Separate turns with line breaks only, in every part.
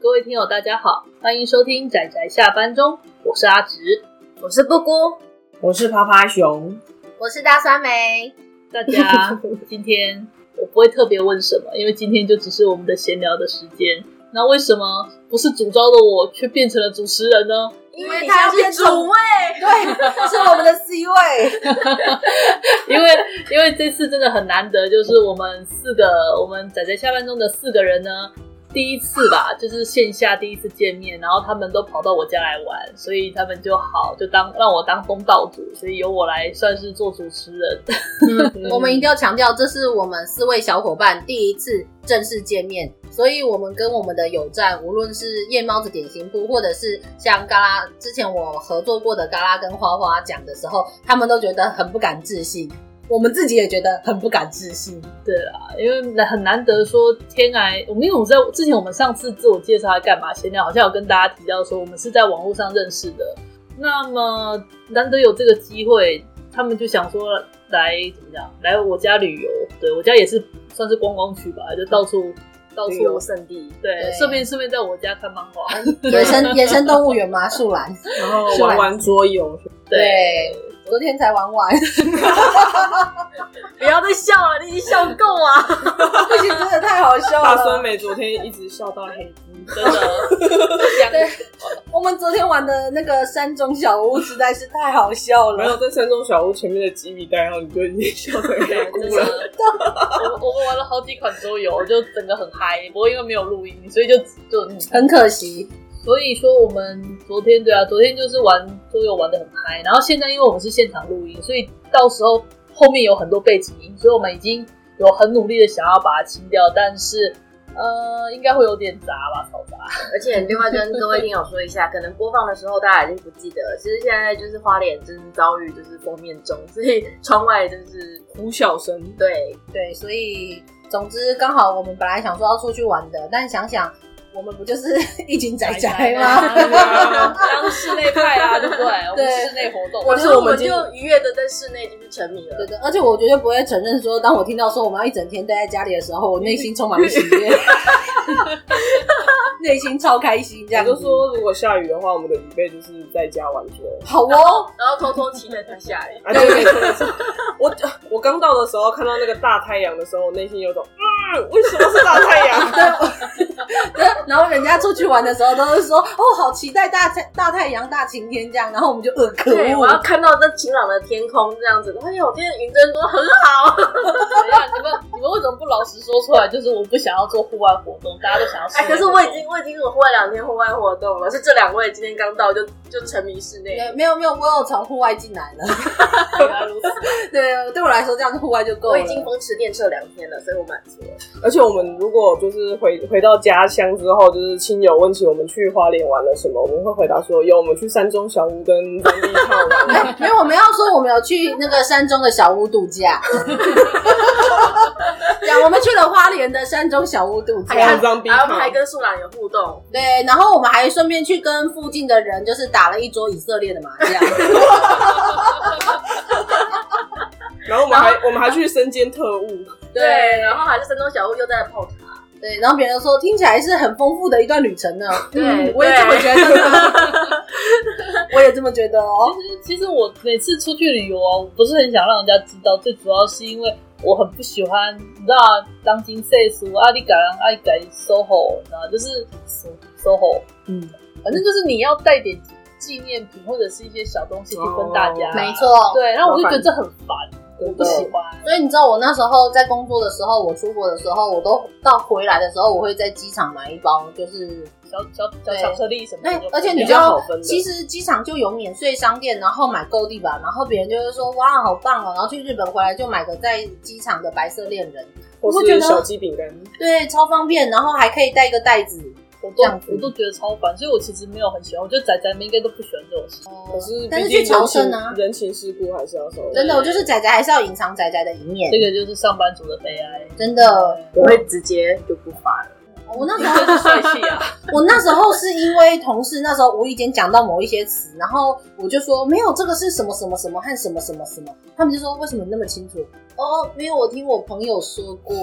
各位听友，大家好，欢迎收听仔仔下班中，我是阿直。
我是布姑，
我是趴趴熊，
我是大酸梅。
大家今天我不会特别问什么，因为今天就只是我们的闲聊的时间。那为什么不是主招的我却变成了主持人呢？
因
为他是主
位，
对，是我们的 C 位，
因为 因为这次真的很难得，就是我们四个，我们仔仔下班中的四个人呢，第一次吧，就是线下第一次见面，然后他们都跑到我家来玩，所以他们就好就当让我当东道主，所以由我来算是做主持人。
嗯
我们一定要强调，这是我们四位小伙伴第一次正式见面，所以我们跟我们的友站，无论是夜猫子点心部，或者是像嘎啦之前我合作过的嘎啦跟花花讲的时候，他们都觉得很不敢置信，我们自己也觉得很不敢置信。
对啦，因为很难得说天涯，我们因为我们在之前我们上次自我介绍还干嘛闲聊，好像有跟大家提到说我们是在网络上认识的。那么难得有这个机会，他们就想说来怎么讲，来我家旅游。对我家也是算是观光区吧，就到处到处
圣地，
对
对，
顺便顺便在我家看漫画。
野生野生动物园吗？树懒。
然后玩玩桌游，
对，昨天才玩 完，
不要再笑了，你已经笑够啊！
不行，真的太好笑了。大酸梅昨天一直笑到黑，
啊
真的， 两个
对我们昨天玩的那个山中小屋实在是太好笑
没有
了。
在山中小屋前面的吉米带，然后你就已经笑得黑哭
真
了。
的，我们我们玩了好几款桌游，就整个很嗨。不过因为没有录音，所以就就嗯
很可惜，
所以说我们昨天对啊，昨天就是玩桌游玩的很嗨，然后现在因为我们是现场录音，所以到时候后面有很多背景音，所以我们已经有很努力的想要把它清掉，但是呃，应该会有点杂吧，嘈杂。
而且另外跟各位听友说一下，可能播放的时候大家已经不记得了，其实现在就是花莲就是遭遇就是封面中，所以窗外就是
呼啸声，
对
对，所以总之刚好我们本来想说要出去玩的，但想想我们不就是 一群宅宅吗？
当室内派啊，对不对？我们室内活动，
或
我
是
觉
我
得
们
们
就愉悦的在室内就是沉迷
对
了。
对，而且我绝对不会承认说，当我听到说我们要一整天待在家里的时候，我内心充满了喜悦， 内心超开心，这
我
样子
就说如果下雨的话，我们的椅背就是在家玩桌游。
好哦，
然后偷偷期待它下来，
啊，对，没错没错。我我刚到的时候看到那个大太阳的时候，我内心有种，嗯，为什么是大太阳？
然后人家出去玩的时候都是说，哦，好期待大太大太阳、大晴天这样，然后我们就呃，可
对，我要
恶，
看到那晴朗的天空这样子。哎呦，今天云真多，很好。
怎样？啊你们你们为什么不老实说出来？就是我不想要做户外活动，大家都想要室内
哎，
活动。
可是我已经我已经有户外两天户外活动了，是这两位今天刚到就就沉迷室内。
没有没有，我有从户外进来了。
原来如此，
对，对我来说这样子户外就够了。
我已经风驰电掣两天了，所以我满足了。
而且我们如果就是回回到家乡之后，就是亲友问起我们去花莲玩了什么，我们会回答说有我们去山中小屋跟当地套 玩了。
哎没有，我们要说我们有去那个山中的小屋度假。讲我们去了花莲的山中小屋度
还
假
看，
跟然后我们还跟树懒有互动，
对，然后我们还顺便去跟附近的人就是打了一桌以色列的麻将。
然后我们还我们还去身兼特务，
对，然后还是山东小屋又在泡茶，
对，然后别人说听起来是很丰富的一段旅程呢。
对
嗯我也这么觉得呢。 我也这么觉得哦。
其实，其实我每次出去旅游啊，我不是很想让人家知道，最主要是因为我很不喜欢，你知道啊，当今世俗啊，你改人爱改 SOHO，你知道，就是 SOHO，
嗯，
反正就是你要带点纪念品或者是一些小东西去分大家，
哦
嗯没。错，
对，然后我就觉得这很烦，我不喜欢。
所以你知道我那时候在工作的时候，我出国的时候，我都到回来的时候，我会在机场买一包，就是
小小小巧克力什么
哎
的就，
而且你
比
知
较
道
好分，的
其实机场就有免税商店，然后买购地吧，然后别人就会说哇，好棒哦，然后去日本回来就买个在机场的白色恋人，
或
我觉得
是小鸡饼干。
对，超方便，然后还可以带一个袋子。
我都
这样子
我都觉得超烦，所以我其实没有很喜欢。我觉得仔仔们应该都不喜欢这种事
哦
情。
可是
嗯但是
毕竟
去朝
人情
圣啊
人情世故还是要稍微
真的，我就是仔仔还是要隐藏仔仔的一面
这，个就是上班族的悲哀，
真的。
对
我会直接就不发了。
我那时
真
候
是帅气啊！
我那时候是因为同事那时候无意间讲到某一些词，然后我就说没有，这个是什么什么什么和什么什么什么，他们就说为什么你那么清楚？哦，没有，我听我朋友说过。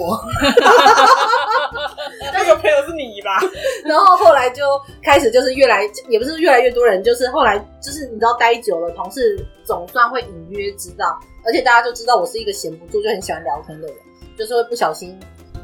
那个朋友是你吧？
然后后来就开始就是越来也不是越来越多人，就是后来就是你知道待久了，同事总算会隐约知道，而且大家就知道我是一个闲不住就很喜欢聊天的人，就是会不小心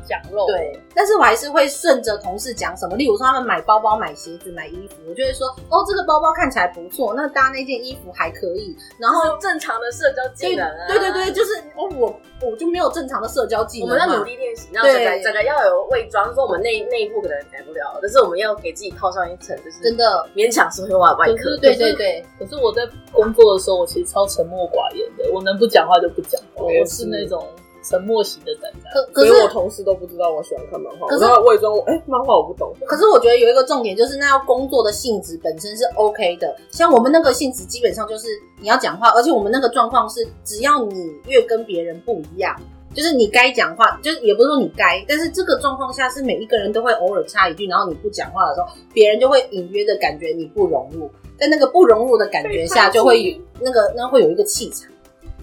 讲 漏。
对，但是我还是会顺着同事讲什么，例如说他们买包包、买鞋子、买衣服，我就会说哦，这个包包看起来不错，那搭那件衣服还可以。然后
是正常的社交技
对
能啊，
对对对，就是我我我就没有正常的社交技
我
能
们要
嘛
努力练习，然后整
对
个整个要有伪装，说我们内内部可能改不了，但是我们要给自己套上一层，就是
真的，
勉强社会化的外
可
壳
是。
对对对，
可是我在工作的时候，我其实超沉默寡言的，我能不讲话就不讲话，
我也
我
是
是那种沉默型的仔仔。
可可
所以
是
我同事都不知道我喜欢看漫画，
可
我
是
都伪装我哎，漫画我不懂。
可是我觉得有一个重点就是，那要工作的性质本身是 OK 的。像我们那个性质，基本上就是你要讲话，而且我们那个状况是，只要你越跟别人不一样，就是你该讲话，就是也不是说你该，但是这个状况下是每一个人都会偶尔插一句，然后你不讲话的时候，别人就会隐约的感觉你不融入，在那个不融入的感觉下，就会有那个那会有一个气场，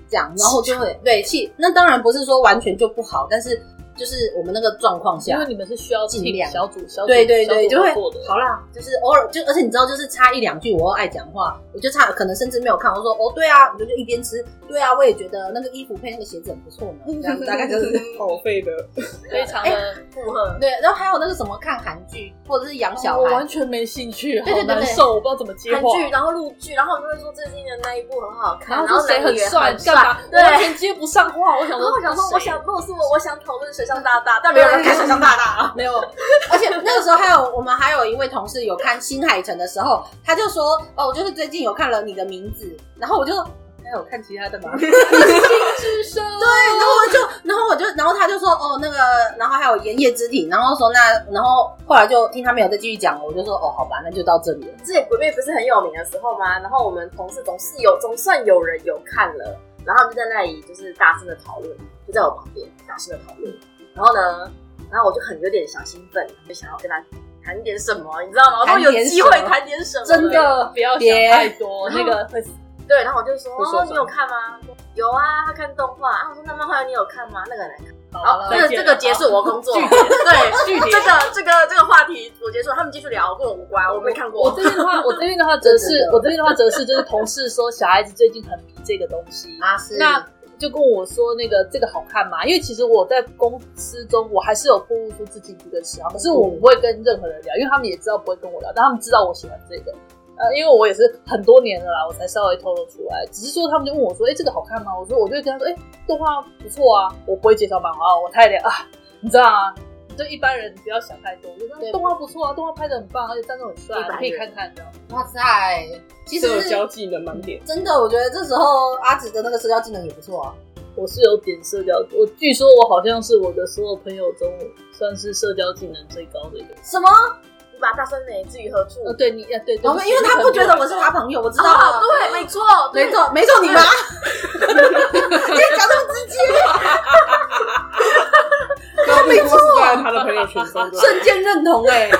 这样，然后就会对气。那当然不是说完全就不好，但是就是我们那个状况下，
因为你们是需要
尽
team
量
小组小组
对对对，
小
就
组
会
合作的。
好啦，就是偶尔就，而且你知道，就是插一两句，我又爱讲话，我就插，可能甚至没有看，我说哦，对啊，我就就一边吃，对啊，我也觉得那个衣服配那个鞋子很不错呢，这样大 概就是。
好废的，
非常的，
附和，
对，然后还有那个什么看韩剧或者是养小
我
孩，
哦完全没兴趣，好
对对对
难受，我不知道怎么接
韩
话。
剧，然后陆剧，然后我们就会说最近的那一部很好看，
然
然
后
后
说谁
男
很
演员
帅，
很
干嘛？我
对。
完全接不上话。我想
然
说，
后我想说，我
谁
想，如果是我，我想讨论水上大大，但没有人看水上大大啊。
没有，而且那个时候还有我们还有一位同事有看《新海诚》的时候，他就说哦，我就是最近有看了你的名字，然后我就还
哎
有看其他的吗？
是谁
然后我就，然后我就，然后他就说，哦，那个，然后还有盐业之体，然后说那，然后后来就听他没有再继续讲了，我就说，哦，好吧，那就到这里了。
之前鬼灭不是很有名的时候吗？然后我们同事总是有，总算有人有看了，然后他们就在那里就是大声的讨论，就在我旁边大声的讨论。然后呢，然后我就很有点小兴奋，就想要跟他谈点什么，你知道吗？我
谈
说有
点
机
什
会
么
谈点什么，
真的不要想
别
太多，那个会死
对，然后我就说
会受伤
哦，你有看吗？有啊，他看动画。啊，我说那漫画你有看吗？那个很难看。
好
好，
了。再见
这个这个
了
结束我工作。
好
对，
据点
这
据点
个这个这个话题我结束，他们继续聊，跟我无关，我没看
我
过。啊
这边的话，我这边的话则
真
是
的
我这边的话则是就是同事说小孩子最近很迷这个东西，
啊，是
那就跟我说那个这个好看吗？因为其实我在公司中我还是有暴露出自己一个喜好，可是我不会跟任何人聊，因为他们也知道不会跟我聊，但他们知道我喜欢这个。呃，因为我也是很多年了啦，我才稍微透露出来。只是说他们就问我说：“哎、这个好看吗？”我说：“我就会跟他说，哎、动画不错啊。”我不会介绍漫画，我太了啊，你知道啊，就一般人不要想太多，我就
对
说动画不错啊，动画拍的很棒，而且战斗很帅
一般，人
可以看看这样。
哇塞，其实
社交技能满点。
真的，我觉得这时候阿紫的那个社交技能也不错啊。
我是有点社交，我据说我好像是我的所有朋友中算是社交技能最高的一个。
什么？
你把大酸梅置于何处？
呃，对你，呃，对，对
我
不
们
起
因为他不觉得我是
朋
他朋友，我知道
啊，
哦
啊。
对，没错，对
没错，没错， 你妈， 你也讲那么直接，
没错，是在他的朋友圈中的。
瞬间认同 哎、
友，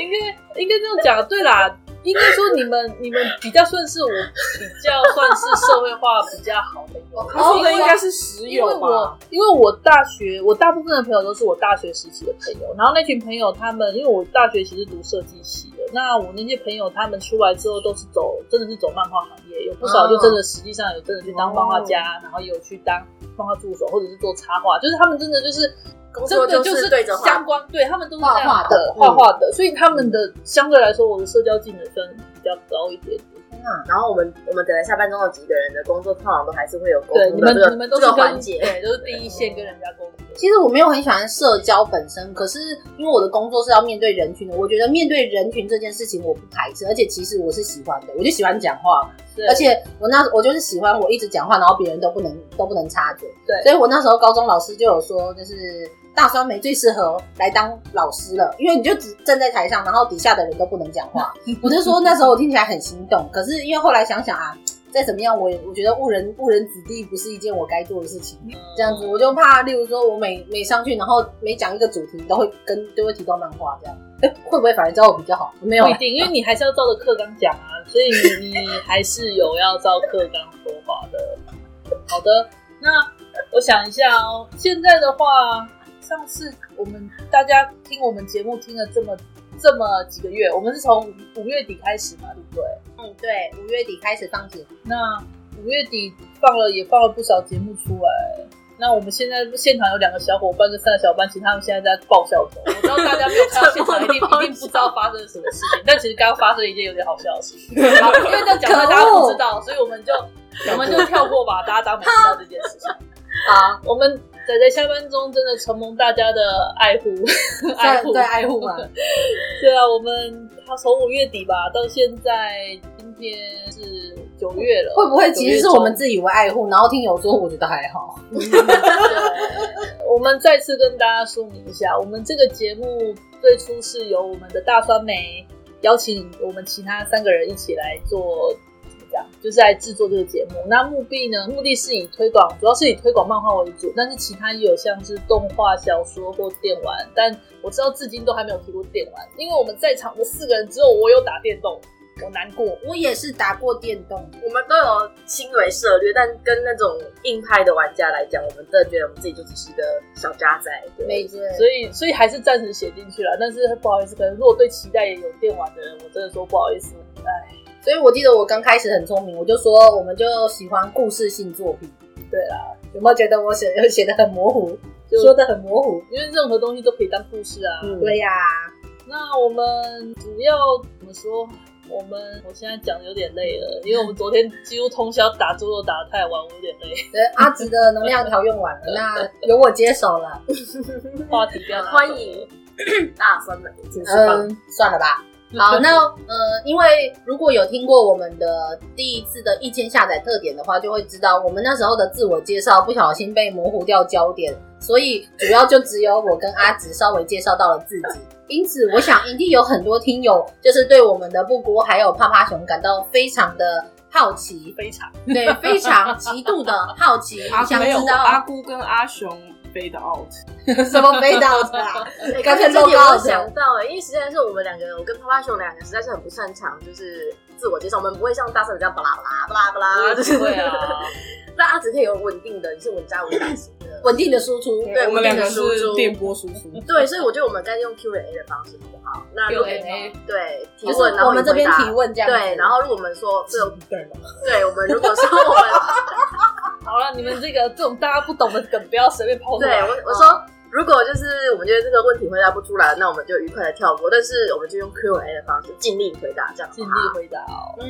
应该应该这样讲，对啦，应该说你们你们比较算是我比较算是社会化比较好的一个。
他说的应该是石
因为
油吧？
我因为我大学我大部分的朋友都是我大学时期的朋友，然后那群朋友他们因为我大学其实读设计系的，那我那些朋友他们出来之后都是走真的是走漫画行业，有不少就真的实际上有真的去当漫画家，然后有去当漫画助手或者是做插画，就是他们真的就是。
工
真
作
的
就是是对着画
相关，对他们都是这样
画画的
画画的，所以他们的相对来说，我的社交技能算比较高一点。
然后我们我们等了下班中的几个人的工作，通常都还是会有沟
对，
通
你
的
们
这个
你们都
这
是
个
跟
环节。
对，都是第一线跟人家沟通的。
其实我没有很喜欢社交本身，可是因为我的工作是要面对人群的，我觉得面对人群这件事情我不排斥，而且其实我是喜欢的，我就喜欢讲话嘛。
对
而且我那我就是喜欢我一直讲话，然后别人都不能都不能插嘴。
对
所以我那时候高中老师就有说，就是大酸梅最适合来当老师了，因为你就只站在台上，然后底下的人都不能讲话。我就说那时候我听起来很心动，可是因为后来想想啊。再怎么样，我也我觉得误人误人子弟不是一件我该做的事情。这样子，我就怕，例如说，我每每上去，然后每讲一个主题，都会跟都会提到漫画这样。 哎，会不会反而教我比较好？没有啊
不一，定，因为你还是要照着课纲讲啊，所以 你你还是有要照课纲说话的。好的，那我想一下哦，现在的话，上次我们大家听我们节目听了这么这么几个月，我们是从五五月底开始嘛，对不对？
嗯，对，五月底开始放节目，
那五月底放了也放了不少节目出来。那我们现在现场有两个小伙伴跟三个小伙伴，其实他们现在在爆笑头。我知道大家没有看到现 场，一定一定不知道发生了什么事情，但其实刚刚发生了一件有点好笑的事情。好因为这样讲出来大家不知道，所以我们就我们就跳过吧，大家当没看到这件事情。
好，
我们仔仔下班中真的承蒙大家的爱护，爱护
对爱护 嘛，
对啊，我们他从五月底吧到现在，今天是九月了，
会不会其实是
九月中
我们自以为爱护，然后听友说我觉得还好，
对 我们再次跟大家说明一下，我们这个节目最初是由我们的大酸梅邀请我们其他三个人一起来做，怎么讲，就是来制作这个节目。那目的呢，目的是以推广，主要是以推广漫画为主，但是其他也有像是动画、小说或电玩。但我知道至今都还没有提过电玩，因为我们在场的四个人只有我有打电动，我难过。
我也是打过电动，
我们都有轻微涉略，但跟那种硬派的玩家来讲，我们真的觉得我们自己就只是一个小家仔。对
没错，
所以所以还是暂时写进去了，但是不好意思，可能如果对期待也有电玩的人，我真的说不好意思，哎，
所以我记得我刚开始很聪明，我就说我们就喜欢故事性作品，
对啦，
有没有觉得我写 写的很模糊，
就
说的很模糊？
因为任何东西都可以当故事啊。
嗯
对呀、
那我们主要怎么说？我们我现在讲的有点累了，因为我们昨天几乎通宵打桌游打得太晚，我有点累。
呃阿直的能量条用完了，那由我接手了。嗯
话题不要拿走了
欢迎大酸梅，真是棒。
嗯，算了吧。 好，那呃，因为如果有听过我们的第一次的一千下载特点的话，就会知道我们那时候的自我介绍不小心被模糊掉焦点，所以主要就只有我跟阿直稍微介绍到了自己。 因此，我想一定有很多听友就是对我们的布谷还有趴趴熊感到非常的好奇，
非常
对，非常极度的好 奇，
阿
想
没有
知道
阿姑跟阿雄 fade out，
什么飞到的啊？
欸
干脆
可是这点
弄高
我
的
想到哎、因为实在是我们两个，我跟趴趴熊两个实在是很不擅长，就是自我介绍，我们不会像大圣这样巴拉巴拉巴拉 巴
我
拉，
嗯
也
就是
不会。啊，
那阿紫可以有稳定的，你是稳扎稳打型的。
稳定的输出，
对
我们两个
我们两个
是
是
电波叔叔，
对，所以我觉得我们该用 Q&A 的方式比较好。那如果
Q&A
对提
就是
问，然后
我们这边
你回答
提问这样子，
对，然后如果我们说这个，
对吗？
对我们如果说我们
好了，你们这个这种大家不懂的梗不要随便抛出
对
来。
我我说。如果就是我们觉得这个问题回答不出来，那我们就愉快的跳过。但是我们就用 Q&A 的方式尽力回答，这样
尽
好
力
吗
回答哦。
嗯，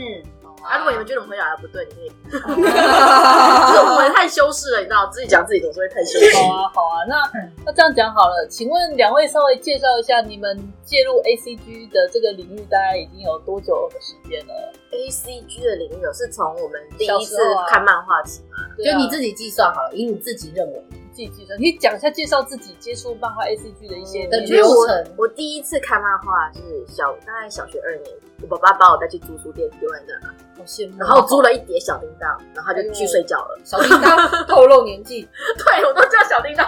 啊，如果你们觉得我们回答的不对，你可以，
啊
就是我们太羞耻了，你知道，自己讲自己总是会太 羞耻。
好啊，好啊，那
嗯
那这样讲好了，请问两位稍微介绍一下你们介入 A C G 的这个领域，大概已经有多久的时间了？
A C G 的领域有是从我们第
小
一
时
次
候啊
看漫画起，
对
就
啊
你自己计算好了，以你自己认为
自己计算，你讲一下介绍自己接触漫画 A C G 的一些
的
内
因为
容
流
我
程。
我第一次看漫画是小大概小学二年，我爸爸把我带去租书店丢在那
嗯
儿，
啊
好羡慕
然后租了一叠小叮当，然后他就去睡觉了。
小叮当透露年纪，
对，我都叫小叮当，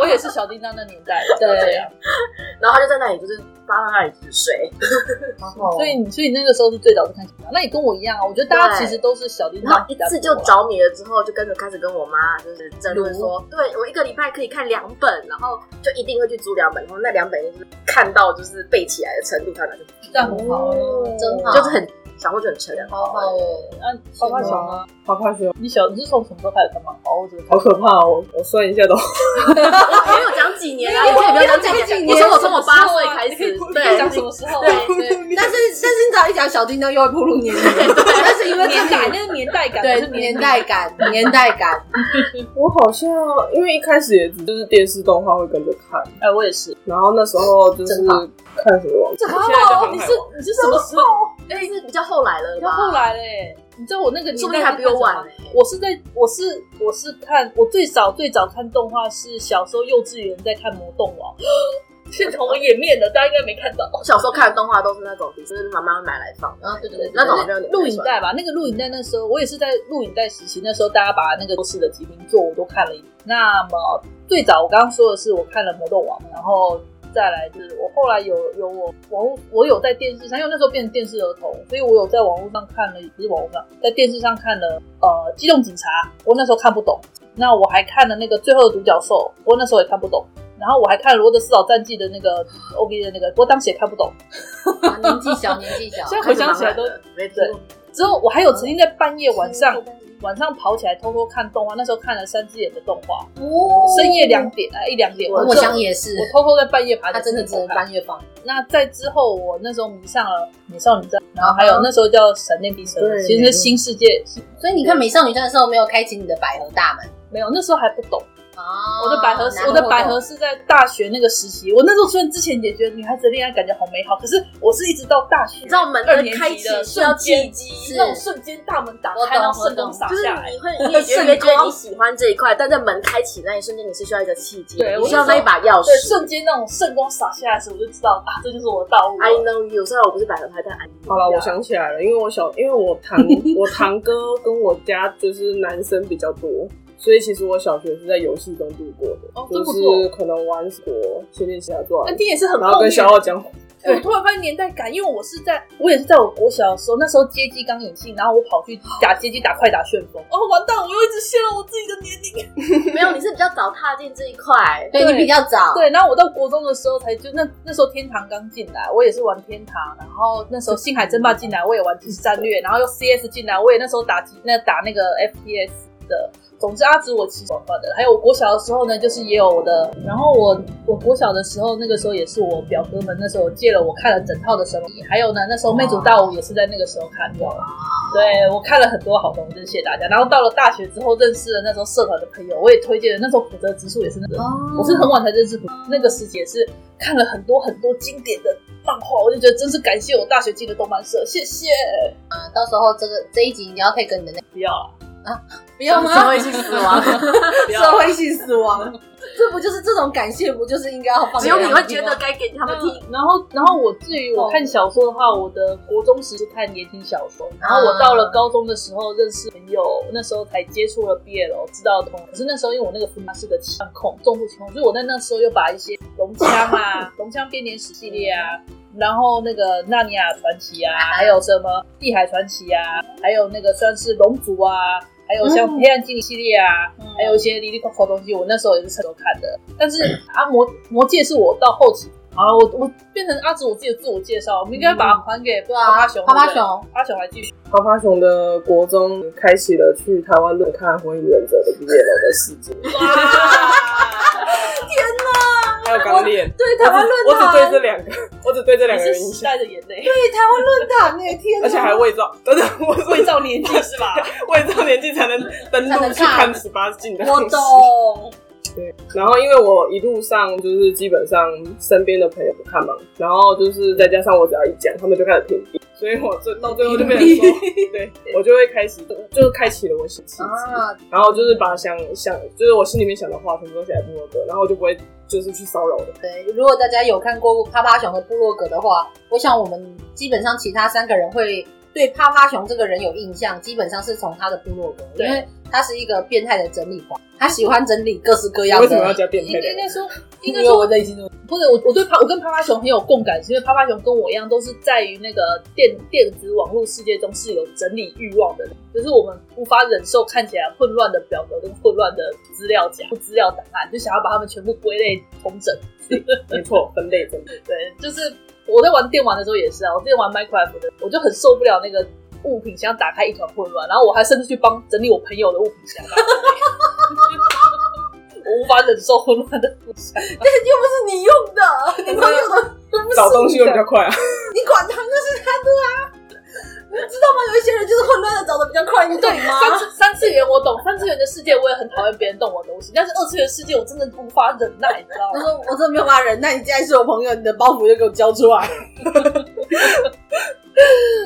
我也是小叮当的年代，
对
啊，
然后他就在那里就是趴到那里去睡。
然后
所以你所以你那个时候是最早是看小叮当，那你跟我一样啊，我觉得大家其实都是小叮
然后
当
一
比较多啊，
次就着迷了，之后就跟着开始跟我妈就是争论说，对我一个礼拜可以看两本，然后就一定会去租两本，然后那两本就是看到就是背起来的程度，他拿去，
这样很好啊，
真好，
就是很小时候就很成人。
好好哦。
啊，
好
花花
好想
熊啊，
好怕羞，
你小你是从什么时候开始看漫画？我只是
好可怕哦！我算一下都
我哎没有讲几年啊，
没
你
有
可以不
没有
要讲
讲
几
几年
年。我说我从我八岁开始，
对，
对
讲什么时候啊？
对
对但是但是你只要一讲小叮当，又会暴露年 龄，但是因为这
年代
个
那个年代感，
对
不是
年代感，年代感，
我好像因为一开始也只是电视动画会跟着看，
哎，我也是，
然后那时候就是
真好
看什么网站，现在就
哦
很
你
害
是
怕
你是什么时候？
哎，是比较后来了
要
吧？
后，来嘞，你知道我那个年代
说不定还比我晚呢。
我是在，我是我是看，我最早最早看动画是小时候幼稚园在看《魔动王》， 现场我演面的，大家应该没看到。
我小时候看的动画都是那种，就是妈妈买来放的。
啊
然后对对对，
那种好像有点
录影带吧，那个录影带那时候我也是在录影带时期，那时候大家把那个都市的几名作我都看了一。那么最早我刚刚说的是我看了《魔动王》，然后再来就是我后来有有我网络，我有在电视上，因为那时候变成电视儿童，所以我有在网络上看了，不是网络上，在电视上看了呃《机动警察》，我那时候看不懂。那我还看了那个《最后的独角兽》，不过那时候也看不懂。然后我还看了《罗德斯岛战记》的那个 OB 的那个，不过当时也看不懂。
啊年纪小，年纪小，
现在回想起来都
没听过
之后我还有曾经在半夜晚上
哦
晚上跑起来偷偷看动画，那时候看了三只眼的动画，
哦
深夜两点啊一两点，
我
这
想也是，
我偷偷在半夜爬起
他
来
真的
偷
只
偷
能
看
半夜放。
那在之后，我那时候迷上了美少女战，然后还
啊
有那时候叫闪电必胜，
对
其实是新世界
所以你看美少女战的时候，没有开启你的百合大门
没有，那时候还不懂。
啊
我的百合，我的百合是在大学那个时期，我那时候虽然之前也觉得女孩子的恋爱感觉好美好，可是我是一直到大学
你知道门
二
的
年
开
级
启
的
需要
瞬
契
间，
机，
是
那种瞬间大门打
我懂
开，然后
我
圣
懂
光洒
就是
下来
你。会，你也觉得
圣
觉得
光
你喜欢这一块，但在门开启那一瞬间，你是需要一个契机的，
对
你
我
需要那一把钥
对，
匙。
瞬间那种圣光洒下来的时候，我就知道啊，这就是我的道
哎
路了。
I know you，虽然我不是百合派，但 I know you
好了，我想起来了，因为我小，因为我堂我堂哥跟我家就是男生比较多，所以其实我小学是在游戏中度过的，
哦真不错
就是可能玩什么《仙剑奇侠传
那》，你也是很
啊然后
后
跟
面
小奥讲，
对我突然发现年代感，因为我是在我也是在我国小的时候，那时候街机刚引进，然后我跑去打街机打快打旋风，哦完蛋，我又一直泄露我自己的年龄。
没有，你是比较早踏进这一块，
对
对
你比较早，
对，然后我到国中的时候才就那那时候天堂刚进来，我也是玩天堂，然后那时候星海争霸进来，我也玩即时战略，然后又 CS 进来，我也那时候打那打那个 FPS 的。总之，阿紫我其实玩的，还有我国小的时候呢，就是也有我的。然后我我国小的时候，那个时候也是我表哥们那时候借了我看了整套的神秘，还有呢，那时候魅族大舞也是在那个时候看的。对我看了很多好东西，谢谢大家。然后到了大学之后，认识了那时候社团的朋友，我也推荐了。那时候普泽直树也是那
哦
个，我是很晚才认识普，那个师姐是看了很多很多经典的漫画，我就觉得真是感谢我大学进的动漫社，谢谢。
啊到时候这个这一集你要 take 你的那
不要了，
不要
社会性死亡，
不要啦
会性死亡，这不就是这种感谢，不就是应该要放？
只有你会觉得。该给他们 听。
那然后，然后我至于我看小说的话，我的国中时是看言情小说，然后我到了高中的时候认识朋友，那时候才接触了 BL，知道同。可是那时候因为我那个父妈是个枪控，重度枪控，所以我在那时候又把一些龙枪啊、龙枪编年史系列啊。然后那个《纳尼亚传奇》啊，还有什么《地海传奇》啊，还有那个算是龙族啊，还有像《黑暗精灵》系列啊，还有一些离离扣扣东西，我那时候也是成都看的。但是啊，魔魔戒是我到后期啊，我我变成阿紫我自己的自我介绍，我们应该把它还给
对
趴
啊，
熊，
趴
对不对，
趴熊，
趴熊来继续。
趴趴熊的国中开启了去台湾论看《火影忍者》的毕业了的世界，还有钢炼。
对
我只我只对这两个，我只对这两
你
个
是
人印
时
象，
代的眼泪，
对台湾论坛那天哪
而且还伪造，等等，我
伪造年纪是吧？
伪造年纪才能登
才
录
能
去
看
看十八禁的
我
东西。
懂，
然后因为我一路上就是基本上身边的朋友不看嘛，然后就是再加上我只要一讲，他们就开始屏蔽，所以我最到最后就变成说，对我就会开始就是开启了我新契机，
啊，
然后就是把想想就是我心里面想的话全部都写在部落格，然后我就不会就是去骚扰的。
对，如果大家有看过趴趴熊的部落格的话，我想我们基本上其他三个人会对趴趴熊这个人有印象，基本上是从他的部落格，
对
因为他是一个变态的整理狂，他喜欢整理各式各样
为
的。
什么要加 变态
应
的？
该应该说，应
因
该
为
说
我内心中
不是我，我对趴我跟趴趴熊很有共感，是因为趴趴熊跟我一样，都是在于那个电电子网络世界中是有整理欲望的人，就是我们无法忍受看起来混乱的表格跟混乱的资料夹、资料档案，就想要把它们全部归类重整。
没错，分类真的。
对，就是我在玩电玩的时候也是啊，我之前玩 Minecraft 的，我就很受不了那个物品箱打开一团混乱，然后我还甚至去帮整理我朋友的物品箱。我无法忍受混乱的物箱，
是你用的，你朋友 的，
找东西又比较快啊。
你管他，那是他的啊，你知道吗？有一些人就是混乱的找的比较快，你懂 吗？
三次三次元我懂，三次元的世界我也很讨厌别人动我的东西，但是二次元世界我真的无法忍耐，你知道
他
吗？
说：“我真的没有办法 忍耐，你既然是我朋友，你的包袱就给我交出来。”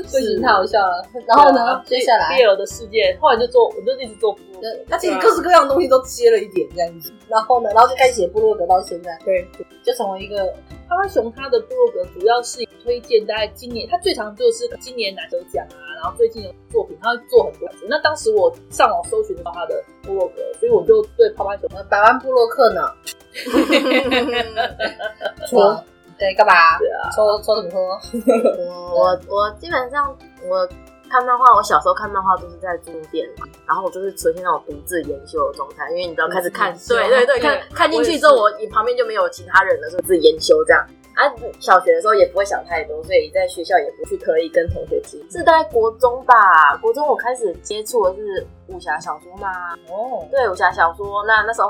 最近太好笑了。
然后呢，接下来
，BL 的世界，后来就做，我就一直做部落格。
他其实各式各样的东西都接了一点这样子，然后呢，然后就开始写部落格，到现在
对，
就成为一个
趴趴熊他的部落格主要是推荐大概今年，他最常做的是今年拿得奖啊，然后最近的作品，他会做很多。那当时我上网搜寻到他的部落格，所以我就对趴趴熊
呃百万部落客呢。
戳
戳对，干嘛？
对啊
戳戳什么戳？
我我我基本上我看漫画，我小时候看漫画都是在租店，然后我就是呈现那种独自研修的状态，因为你知道开始看
独，自研
对
修
对
对
对，看看进
我也
去
是
之后，我你旁边就没有其他人了，所以自己研修这样。啊，小学的时候也不会想太多，所以在学校也不去特意跟同学提。是在国中吧，国中我开始接触的是武侠小说嘛，
哦，
对武侠小说，那那时候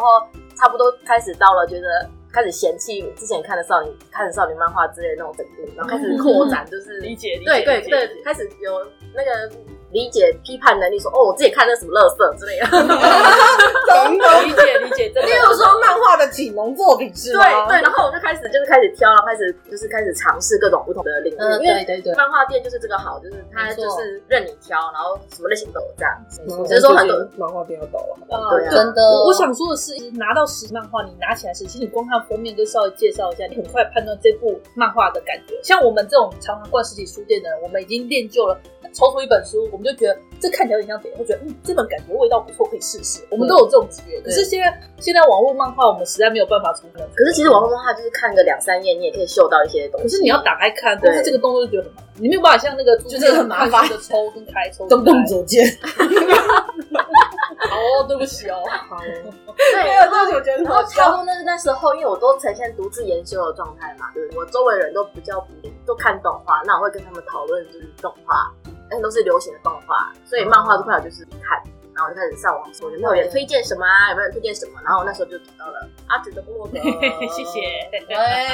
差不多开始到了，觉得开始嫌弃之前看的少女，看的少女漫画之类的那种程度，然后开始扩展，就是
理解理解，
对对
理解
对，开始有那个理解批判能力说哦，我自己看那什么垃圾之类的。
懂懂。
理解理解，真的。
例如说漫画的启蒙作品 是
对
吗？
对，然后我就开始就是开始挑，然后开始就是开始尝试各种不同的领域，
嗯，
因为
对对对，
漫画店就是这个好，就是它
没错
就是任你挑，然后什么类型都有这样。
嗯我
只是说很多
漫画店要倒了，
啊
对啊
真的
我我想说的是，拿到实体漫画，你拿起来时，其实你光看封面跟稍微介绍一哎下，你很快判断这部漫画的感觉。像我们这种常常逛实体书店的人，我们已经练就了抽出一本书，我们就觉得这看起来有点像点，会觉得嗯，这本感觉味道不错，可以试试。我们都有这种直
嗯
觉。可是现在现在网络漫画，我们实在没有办法从那。
可是其实网络漫画就是看个两三页，你也可以嗅到一些东
可
西。
是你要打开看，但是
对
这个动作就觉得很麻烦，你没有办法像那个
就这个很麻烦
的抽跟开抽跟
动
开。
动左肩，
好哦，对不起 哦。
好，
对，然后
左肩
然后差不多那那时候，因为我都呈现独自研修的状态嘛，对不对？我周围人都比较不都看动画，那我会跟他们讨论就是动画，但都是流行的动画，所以漫画这块我就是看，然后我就开始上网搜有没有人推荐什么啊，有没有人推荐什么，然后我那时候就找到了阿菊的部落格，
谢。谢。
哎，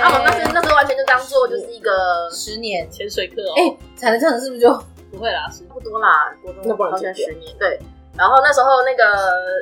啊，我那时那时候完全就当做就是一个
十年，
潜水课哦，
哎，才能这样是不是就
不会啦，是
差不多啦，国
那
中
不然
好
就
像十年对。然后那时候那个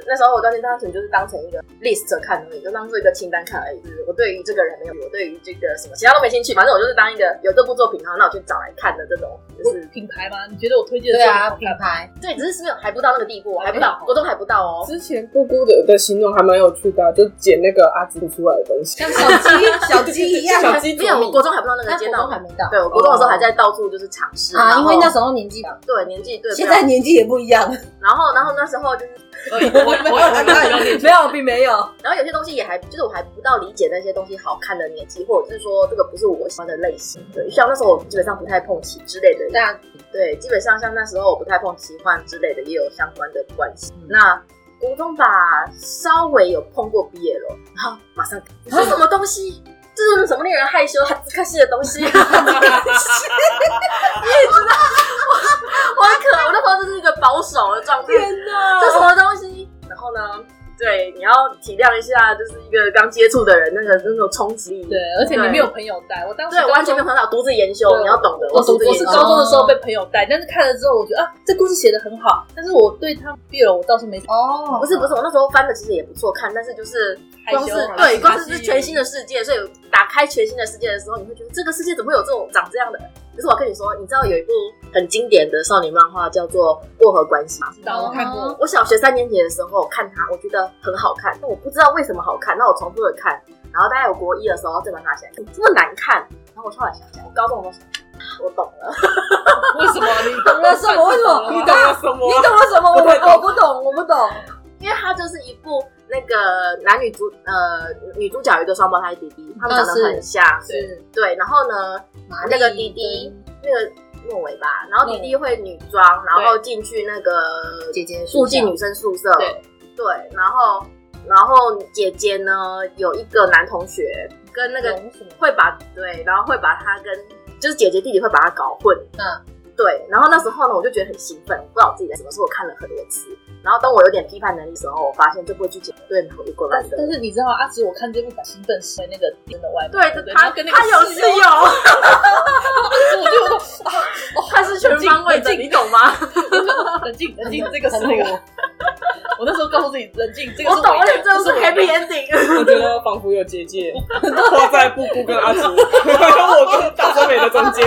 那时候我当时当时就是当成一个 list 看而已，就当做一个清单看而已。就是我对于这个人没有，我对于这个什么其他都没兴趣，反正我就是当一个有这部作品，然后那我去找来看的这种，就是
品牌吗？你觉得我推荐的
对
作品
啊
好
品
看吗？
牌？
对，只是是没有还不到那个地步，还不到，国中还不到哦。
之前姑姑的的形容还蛮有趣的啊、就捡那个阿紫出来的东西，
像小鸡小鸡一样，
小鸡
没有，我国中还不到那个
那
阶
国
段
中，还没到
对我国中的时候还在到处就是尝试
啊，因为那
候
时候年纪吧，
对年纪对，
现在年纪也不一样，
然后然后那时候就是
我我我我
没有并没有，
然后有些东西也还就是我还不到理解那些东西好看的年纪，或者是说这个不是我喜欢的类型。对，像那时候我基本上不太碰奇之类的，
但
对，基本上像那时候我不太碰奇幻之类的，也有相关的关系。
嗯
那国中吧，稍微有碰过 BL，然后马上这
啊
是什么东西？这是什么令人害羞、还自开心的东西？你也 知道，我我很可，我那时候就是一个保守的状态，
哪
这什么东西？然后呢，对，你要体谅一下，就是一个刚接触的人，那个那种冲击力。
对，而且你没有朋友带，我当时
对，
高
完全
中
没有想到独自研
对
修，你要懂得。
我
独自
我
研
是
修，
高中的时候被朋友带，但是看了之后，我觉得啊，这故事写的很好，但是我对他 BL 我倒是没
哦，
不是不是，我那时候翻的其实也不错看，但是就是
害
光
羞
是
啊，
对，光是
还
是全新的世界，所以打开全新的世界的时候，你会觉得这个世界怎么会有这种长这样的人？可是我跟你说，你知道有一部很经典的少女漫画叫做《薄荷关系》吗？嗯
知道我看过，
我小学三年级的时候看它，我觉得很好看，但我不知道为什么好看，那我重复的看，然后大概我国一的时候再把它拿起来，怎么这么难看？然后我突然想起来，我高中的时候想，啊我懂了，
为什么你
懂了什么？为什么？
你懂了什
你
么？
懂了什么？我
不太懂
我不懂，我不懂。
因为它就是一部那个男女主呃女主角有一个双胞胎弟弟，他们长得
嗯是
很像，
是
对，然后呢，
玛
那个弟弟那个诺维吧，然后弟弟会女装，然后进去那个
姐姐
住进女生宿舍，
对
对，然后然后姐姐呢有一个男同学跟那个
什么？
会把对，然后会把他跟就是姐姐弟弟会把他搞混，
嗯，
对，然后那时候呢我就觉得很兴奋，我不知道我自己在什么，所以我看了很多次，然后当我有点批判能力的时候，我发现这部剧情对我有过来
但
的
但。是你知道，阿紫，我看这部感兴奋是那个真的外面，
对
对，
他，
跟那个
他有室
室友，
友，
我就有种
他是全方位的，
冷静
你懂吗？
冷静冷静，这个是那个， 我那时候告诉自己冷静，这个
我
是
懂，而
的
且这是
是我的
happy ending。
我觉得仿佛有结界，画在布谷跟阿紫，还有我跟大森美的中房间，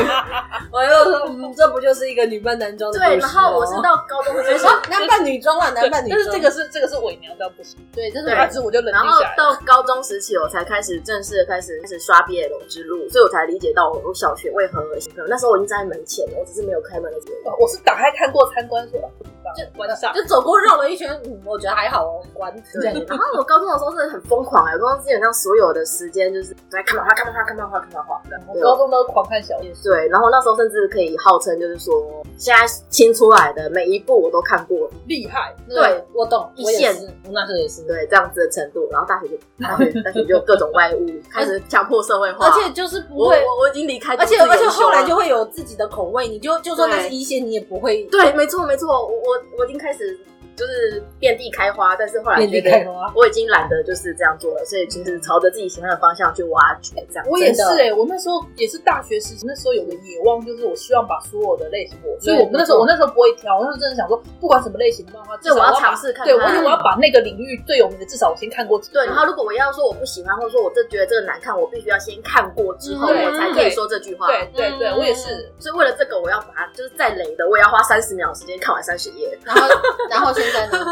我又说，嗯，这不就是一个女扮男装的故事
对，然后我是
哦
到高中就
啊男扮女装啊，男
对，
扮
但
女装。
是这个是这个是伪娘，但不行。
对，这是
对
反正我就冷
然
静
后
下来了。
到高中时期，我才开始正式地开始开始刷 BL 之路，所以我才理解到我小学为何而行。可能那时候我已经站在门前了，我只是没有开门的阶段。
我是打开看过参观说，啊就关上。
就走过绕了一圈，嗯，我觉得还好哦，关
对，然后我高中的时候真的很疯狂哎、我高中基本上所有的时间就是在看漫画、看漫画、看漫画、看漫画。
我高中都狂看小夜说，
对，然后那时候甚至可以号称就是说，现在新出来的每一部我都看过，
厉害。
对，
我懂，
一
我也
线
是。
我那时候也是，
对这样子的程度。然后大学就大学大学就各种外物，开始强迫社会化，
而且就是不
我
会，
我我已经离开都
而
市
且
研究了，
而且后来就会有自己的口味，你就就算那是一线，你也不会
对，没错没错，我我我已经开始就是遍地开花，但是后来
遍
觉
地开
得
花。
我已经懒得就是这样做了，所以就是朝着自己喜欢的方向去挖掘，这样
我也是
真的
哎、我那时候也是大学时期，那时候有个野望，就是我希望把所有的类型我，所以我
对
那时候
没错
我那时候不会挑，我那时候真的想说，不管什么类型的漫画，至
所以
少我
我要
把
尝试看
对，
看。啊
我就我要把那个领域最有名的，至少我先看过几
对，
部
然后如果我要说我不喜欢，或者说我这觉得这个难看，我必须要先看过之后，
嗯
我才可以说这句话。
对对对，
嗯
我也是。
所以为了这个，我要把它就是再雷的，我也要花三十秒时间看完三十页。
然后然后现在 呢？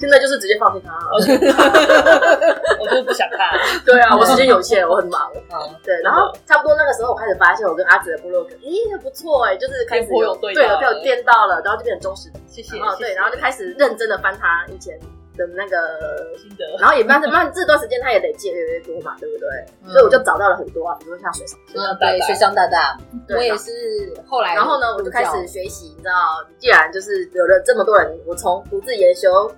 现在就是直接放弃它了。
我就是不想看，
对啊，我时间有限，我很忙。
好
对，然后差不多那个时候，我开始发现我跟阿紫的部落格，咦，那不错哎，就是开始
有颇有对
对
到
有被我电到了，然后就变成忠实的。
谢 谢。
哦，对，
谢谢
然后就开始认真的翻他以前的那个。
心得，
然后也慢慢慢，这段时间他也累积得越来越多嘛，对不对？
嗯
所以我就找到了很多啊，比如说像水上，
嗯，对，水上大大，
对
我也是后来。
然后呢，我就开始学习，你知道，既然就是有了这么多人，我从独自研修，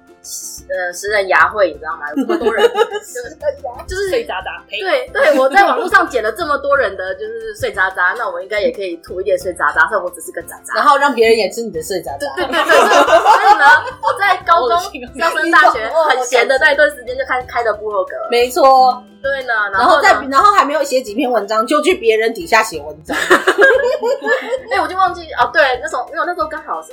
呃，十人牙会，你知道吗？有这么多人，就是就是
碎渣渣，呸！
对对，我在网络上捡了这么多人的就是碎渣渣，那我应该也可以吐一点碎渣渣，所以我只是个渣渣。
然后让别人也吃你的碎渣渣。
对对对，所以所以呢，我在高中
好恶心哦
要升大学很闲的那一段时间，就开开的部落格。
没错，
对呢，
然后
后呢
再然后还没有写几篇文章，就去别人底下写文章。
哎、我就忘记哦，对，那时候因为我那时候刚好是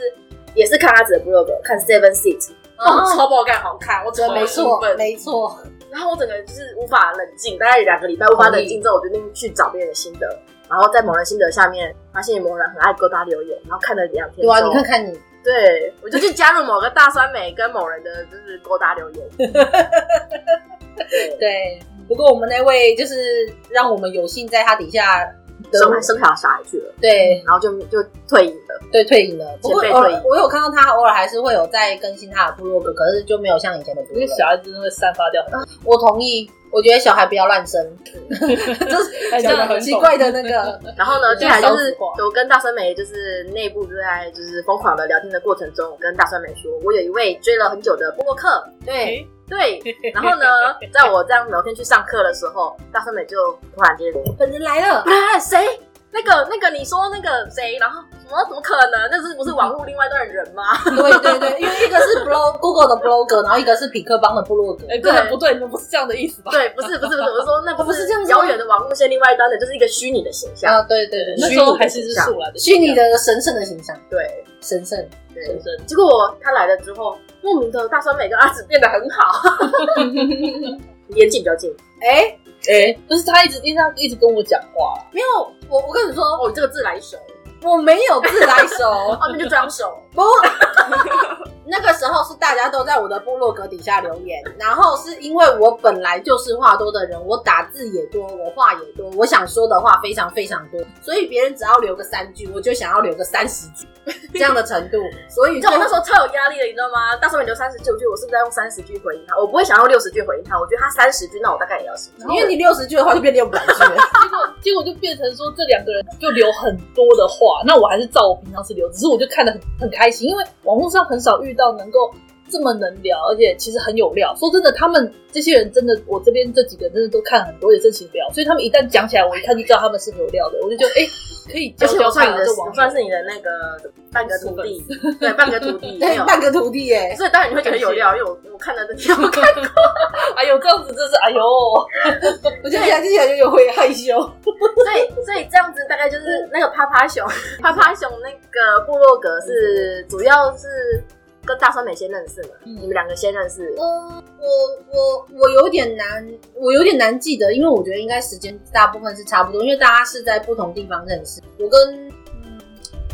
也是看阿紫的部落格，看 Seven Seat，哦，超爆干好看，我真
对，
的
没错，没错。
然后我整个就是无法冷静，大概两个礼拜无法冷静之后，我决定去找别人的心得，然后在某人心得下面发现某人很爱勾搭留言，然后看了两天
对
之
啊，你
后，
看看你，
对我就去加入某个大酸梅跟某人的就是勾搭留 言，对，
对。不过我们那位就是让我们有幸在他底下得
生生小小孩去了，
对
然后就就退隐了，
对退隐了。不过
前辈
偶
退
尔
隐
我有看到他偶尔还是会有在更新他的部落格，可是就没有像以前的多
因为小
了。
孩子真的会散发掉很多，
我同意，我觉得小孩不要乱生，这是
哎
这
真的
样
很
很奇怪的那个。
然后呢，
这
接
样
下来就
少
是
子化
我跟大酸梅就是内部就在就是疯狂的聊天的过程中，我跟大酸梅说，我有一位追了很久的布洛克，
对，
对，然后呢，在我这样聊天去上课的时候，大酸梅就突然间，
本人来了，
哎，谁？那个那个，你说那个谁？然后什么？怎么可能？那是不是网络另外一段人吗？
对对对，因为一个是 blog Google 的 blog，然后一个是匹克邦的部落格。
哎，不能
对
不对，你们不是这样的意思吧？
对，不是不是不是，我是说那
哦不是这样子吗
遥远的网络线另外一端的，就是一个虚拟的形象。
啊，对对
那
对，
时候还是是树来的
虚拟的神圣的形象，
对
神圣。
对
人。生，
结果他来了之后，莫名的大酸梅跟阿紫变得很 好， 年纪比较近。
哎，
哎，不是他一直因为他一直跟我讲话，
没有，我我跟你说，
哦，你这个自来熟，
我没有自来熟
哦，，那就装熟。
不，那个时候是大家都在我的部落格底下留言，然后是因为我本来就是话多的人，我打字也多，我话也多，我想说的话非常非常多，所以别人只要留个三句，我就想要留个三十 句这样的程度，所以
你知
就
道我那时候超有压力的，你知道吗？大酸梅留三十句，我觉得我是不是要用三十句回应他？我不会想要六十句回应他，我觉得他三十句，那我大概也要十句。
因为你六十句的话就变六百句了，
结果啊结果就变成说这两个人就留很多的话，那我还是照我平常是留，只是我就看得很很开心，因为网络上很少遇到能够这么能聊，而且其实很有料。说真的，他们这些人真的，我这边这几个人真的都看很多，也真情聊，所以他们一旦讲起来，我一看就知道他们是有料的，我就觉得哎、可以教
而且
教
我算
看
你
啊
的
这，网
我算是你的那个半个徒弟， 对，半个徒 弟，没
对
有，
半个徒弟耶、
所以当然你会觉得有料，因为我我看了这条，我 看
哎呦这样子真是哎呦，
我觉得杨静姐就有会害羞，
所以所以这样子大概就是那个啪啪熊，啪啪熊那个部落格是主要是跟大酸梅先认识嘛，
嗯
你们两个先认识，
嗯，我我我有点难，我有点难记得，因为我觉得应该时间大部分是差不多，因为大家是在不同地方认识。我跟嗯，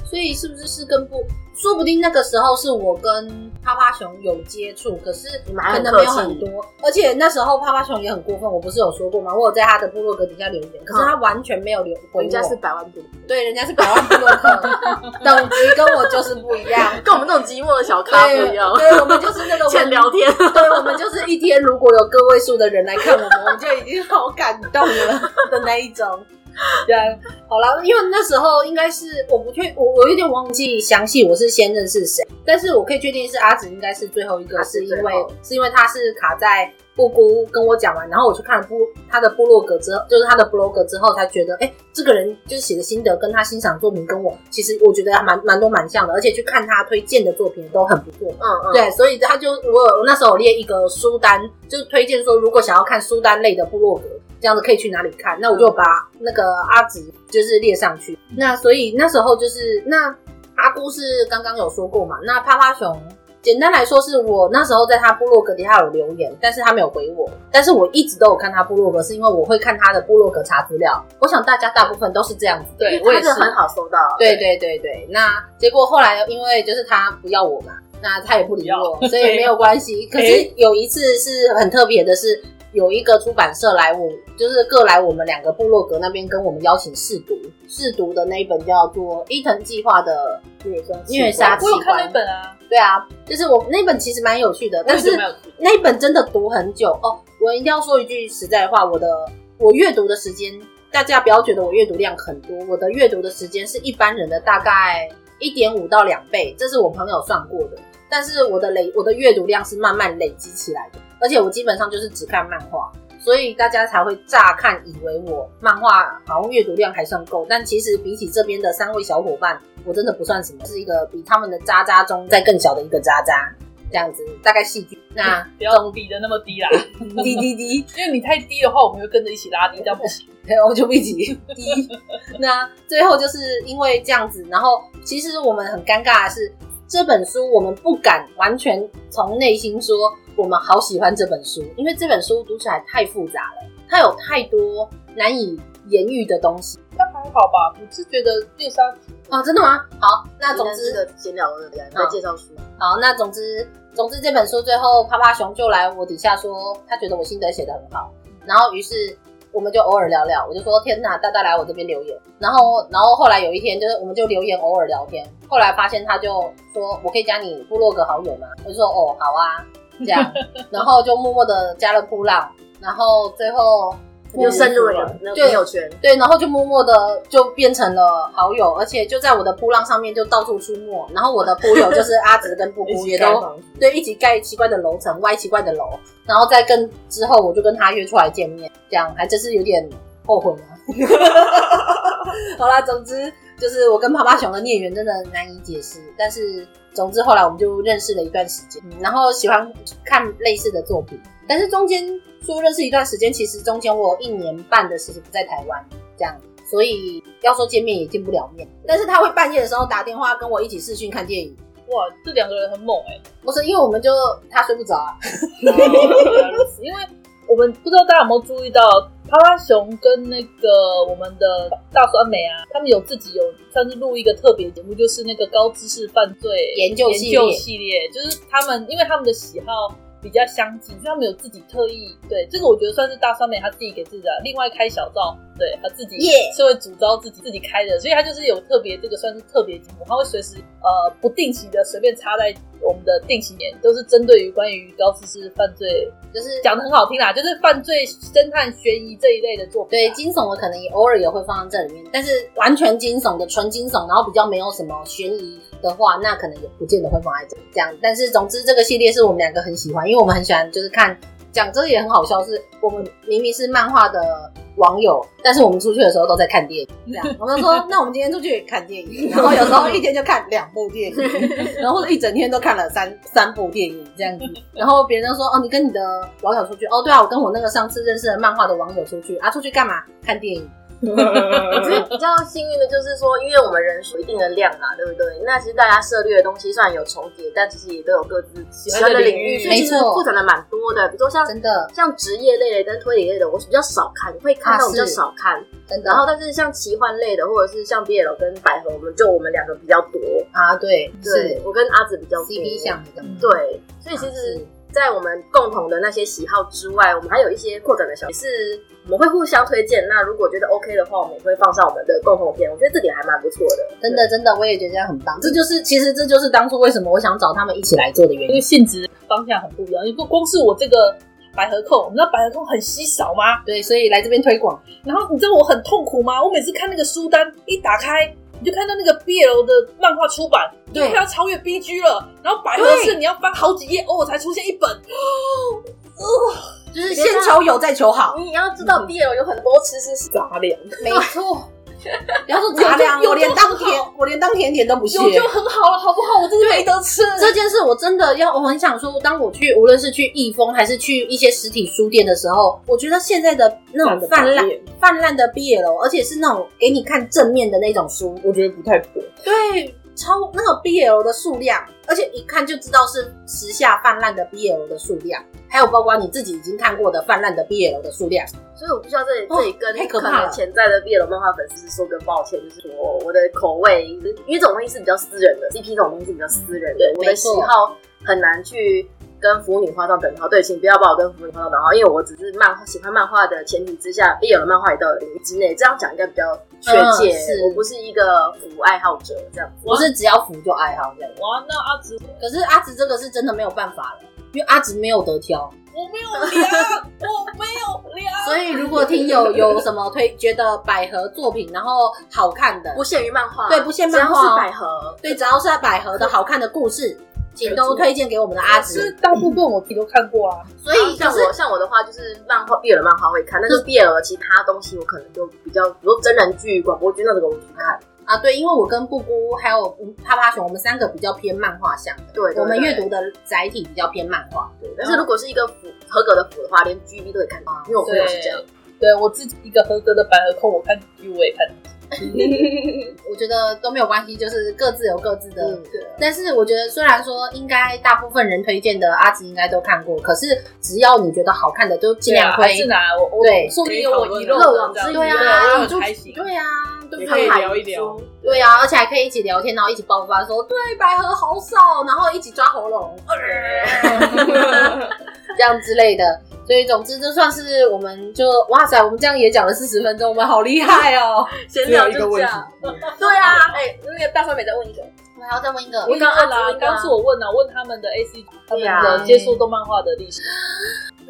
所以是不是是跟不？说不定那个时候是我跟趴趴熊有接触，可是
你们还
可
很
能没有
客气
很多。而且那时候趴趴熊也很过分，我不是有说过吗？我有在他的部落格底下留言，可是他完全没有留回
人家是
我。
百万部，
对，人家是百万部落 客，等级跟我就是不一样。
跟我们这种寂寞的小咖
对
不一样，
对，我们就是那个
欠聊天。
对，我们就是一天如果有个位数的人来看我们，我们就已经好感动 了的那一种。对，啊好啦，因为那时候应该是我不确，我我有点忘记详细我是先认识谁，但是我可以确定是阿紫应该是最后一个，
阿紫
是因
最
为
后
是因为他是卡在布姑跟我讲完，然后我去看了部他的部落格之后，就是他的 blog 之后才觉得，哎、这个人就是写的心得跟他欣赏作品跟我其实我觉得还蛮蛮多蛮像的，而且去看他推荐的作品都很不错，
嗯嗯，
对，所以他就我有我那时候有列一个书单，就是推荐说如果想要看书单类的部落格，这样子可以去哪里看？那我
嗯
就把那个阿紫就是列上去。那所以那时候就是那阿姑是刚刚有说过嘛，那趴趴熊。简单来说，是我那时候在他部落格底下有留言，但是他没有回我。但是我一直都有看他部落格，是因为我会看他的部落格查资料。我想大家大部分都是这样子。
对
因
我
为
也
他
是
真的很好收到，
对对对对，那结果后来因为就是他不要我嘛，那他也不理我，所以没有关系。可是有一次是很特别的是，有一个出版社来我，就是各来我们两个部落格那边跟我们邀请试读，试读的那一本叫做《伊藤计划》的，虐杀
我有看那本啊，
对啊，就是我那本其实蛮有趣的，但
我也
是
没有看
那一本真的读很久哦。我一定要说一句实在话，我的我阅读的时间，大家不要觉得我阅读量很多，我的阅读的时间是一般人的大概一点五到两倍，这是我朋友算过的。但是我的累，我的阅读量是慢慢累积起来的，而且我基本上就是只看漫画，所以大家才会乍看以为我漫画好像阅读量还算够，但其实比起这边的三位小伙伴，我真的不算什么，是一个比他们的渣渣中再更小的一个渣渣，这样子大概戏剧那
不要低的那么低啦，
滴滴滴，
因为你太低的话，我们会跟着一起拉低，这样不行。
对，我就一起滴。那最后就是因为这样子，然后其实我们很尴尬的是，这本书我们不敢完全从内心说我们好喜欢这本书，因为这本书读起来太复杂了，它有太多难以言喻的东西
但还好吧，我是觉得猎杀
啊、真的吗？好，那总之
的闲聊的人在介绍书，
好，那总之，总之这本书最后，趴趴熊就来我底下说，他觉得我心得写得很好，然后于是我们就偶尔聊聊，我就说天哪，大家来我这边留言，然后然后后来有一天就是我们就留言偶尔聊天，后来发现他就说我可以加你部落格好友吗？我就说哦好啊，这样，然后就默默的加了扑浪，然后最后
你就深入了那
嗯
个
对
朋友圈，
对，然后就默默的就变成了好友，而且就在我的扑浪上面就到处出没，然后我 的扑友就是阿直跟布
一
姑
起
也
盖
都
房子
对一起盖奇怪的楼层，歪奇怪的楼，然后再跟之后我就跟他约出来见面，这样还真是有点后悔呢。 好啦，总之就是我跟爸爸熊的孽缘真的难以解释，但是总之后来我们就认识了一段时间，嗯然后喜欢看类似的作品，但是中间说认识一段时间，其实中间我有一年半的时间不在台湾，这样，所以要说见面也见不了面，但是他会半夜的时候打电话跟我一起视讯看电影，
哇，这两个人很猛哎、
不是因为我们就他睡不着啊，
原来如此因为我们不知道大家有没有注意到，趴趴熊跟那个我们的大酸梅啊，他们有自己有算是录一个特别节目，就是那个高知识犯罪
研究系列
研究系列，就是他们因为他们的喜好。比较相近，所以他们有自己特意对这个，我觉得算是大酸梅他自己给自己的。另外开小灶，对他自己
耶
是会主招自己自己开的，所以他就是有特别这个算是特别节目，他会随时呃不定期的随便插在我们的定期年，都是针对于关于高知识犯罪
就是
讲的很好听啦，就是犯罪、侦探、悬疑这一类的作品。啊
对，惊悚的可能也偶尔也会放在这里面，但是完全惊悚的纯惊悚，然后比较没有什么悬疑的话，那可能也不见得会放在这里这样。但是总之这个系列是我们两个很喜欢，因为我们很喜欢就是看。讲这个也很好笑，是我们明明是漫画的网友，但是我们出去的时候都在看电影。这样，我们说，那我们今天出去看电影，然后有时候一天就看两部电影，然后一整天都看了三三部电影这样子。然后别人就说：“哦，你跟你的网友出去？哦，对啊，我跟我那个上次认识的漫画的网友出去啊，出去干嘛？看电影。”
我觉得比较幸运的就是说，因为我们人数一定的量嘛，对不对？那其实大家涉猎的东西虽然有重叠，但其实也都有各自喜欢的领域，所以其实
没错
扩展的蛮多的。比如说像
真的
像职业类的跟推理类的，我是比较少看，会看到
啊
比较
是
少看。
真的。
然后但是像奇幻类的，或者是像 BL 跟百合，我们就我们两个比较多。
啊，对，嗯
对
是
我跟阿紫比较多
CP 项的，
对，所以其实
是，
啊在我们共同的那些喜好之外，我们还有一些扩展的小，也是我们会互相推荐。那如果觉得 OK 的话，我们也会放上我们的共同片。我觉得这点还蛮不错的，
真的真的，我也觉得这样很棒。这就是其实这就是当初为什么我想找他们一起来做的原
因
因。
为性质方向很不一样。你不光是我这个百合控，你知道百合控很稀少吗？
对，所以来这边推广，
然后你知道我很痛苦吗？我每次看那个书单一打开，你就看到那个 BL 的漫画出版，就
对
快要超越 BG 了。然后百合是你要翻好几页哦才出现一本，
就是先求有再求好，
你要知道 BL 有很多其实是
杂粮，
没错。不要说杂粮，
有就
我连
有
当
就
甜
好，
我连当甜点都不屑。
有就很好了，好不好？我真的没得吃。
这件事我真的要，我很想说，当我去无论是去益丰还是去一些实体书店的时候，我觉得现在的那种泛滥
杂粮
泛滥的 BL，而且是那种给你看正面的那种书，
我觉得不太妥。
对，超那个 BL 的数量，而且一看就知道是时下泛滥的 BL 的数量，还有包括你自己已经看过的泛滥的 BL 的数量，
所以我必须要这里
哦
这里跟
太可
可
怕了
能潜在的 BL 漫画粉丝说个抱歉，就是我我的口味，因为这种东西是比较私人的，CP 这种东西是比较私人的
嗯，
我的
没
喜
错
好很难去。跟腐女画上等号，对，请不要把我跟腐女画上等号，因为我只是漫喜欢漫画的前提之下，BL 漫画也都有领域之内，这样讲应该比较确切。
嗯是
我不是一个腐爱好者，这样子。
不是只要服就爱好这样。
哇，那阿紫，
可是阿直这个是真的没有办法了，因为阿直没有得挑。
我没有量，我没有量。
所以如果听 友有什么推，觉得百合作品然后好看的，
不限于漫画，
对不限漫画
只要是百合，
对，只要是百合的好看的故事，请都推荐给我们的阿
可是
直。
大部分我自己都看过啊，
所以就
像
是
我像我的话，就是漫画 BL 漫画会看，但是 BL 其他东西我可能就比较，比如真人剧、广播剧那种我不看。
啊，对，因为我跟布布还有嗯啪啪熊，我们三个比较偏漫画向的，
对对
我们
对
阅读的载体比较偏漫画。
但是如果是一个腐合格的腐的话，连 GB 都可以看
啊
到，因为我朋友是这样。
对我自己一个合格的百合控，我看剧我也看。
我觉得都没有关系，就是各自有各自的。
嗯，
但是我觉得，虽然说应该大部分人推荐的阿紫应该都看过，可是只要你觉得好看的，都尽量
对啊还
推。
是拿我，我
对
说不定有我遗漏
漏网
的
之
这样
鱼
子，
对
我
啊，
也
就
很开心。
对啊，对不
也
对
可以聊一聊，
对啊，而且还可以一起聊天，然后一起爆发说对百合好少，然后一起抓喉咙，呃 这样之类的。所以总之，这算是我们就哇塞，我们这样也讲了四十分钟，我们好厉害哦！
闲
只有
聊
一个
就这
问题
样。，对啊，哎，那个大川美再问一个，
我还要再问一个
我，刚问啦
啊
问，
刚是我问了，问他们的 A C 他
对啊
们的接触动漫画的历史。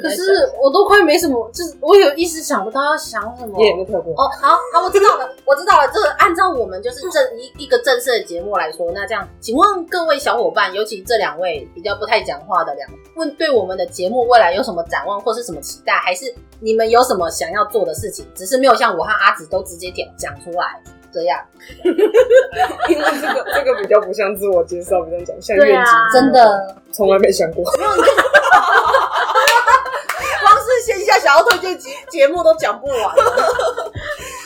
可是我都快没什么，就是我有一时想不到要想什么
你。也没跳过。
哦，好好，我知道了，我知道了。这个按照我们就是正一一个正式的节目来说，那这样，请问各位小伙伴，尤其这两位比较不太讲话的两位，问对我们的节目未来有什么展望或是什么期待，还是你们有什么想要做的事情，只是没有像我和阿紫都直接讲讲出来这样。
因为这个这个比较不像自我介绍，比较讲像
对
愿
啊
景，
真的，
从来没想过。
光是线下想要推荐节节目都讲不完了。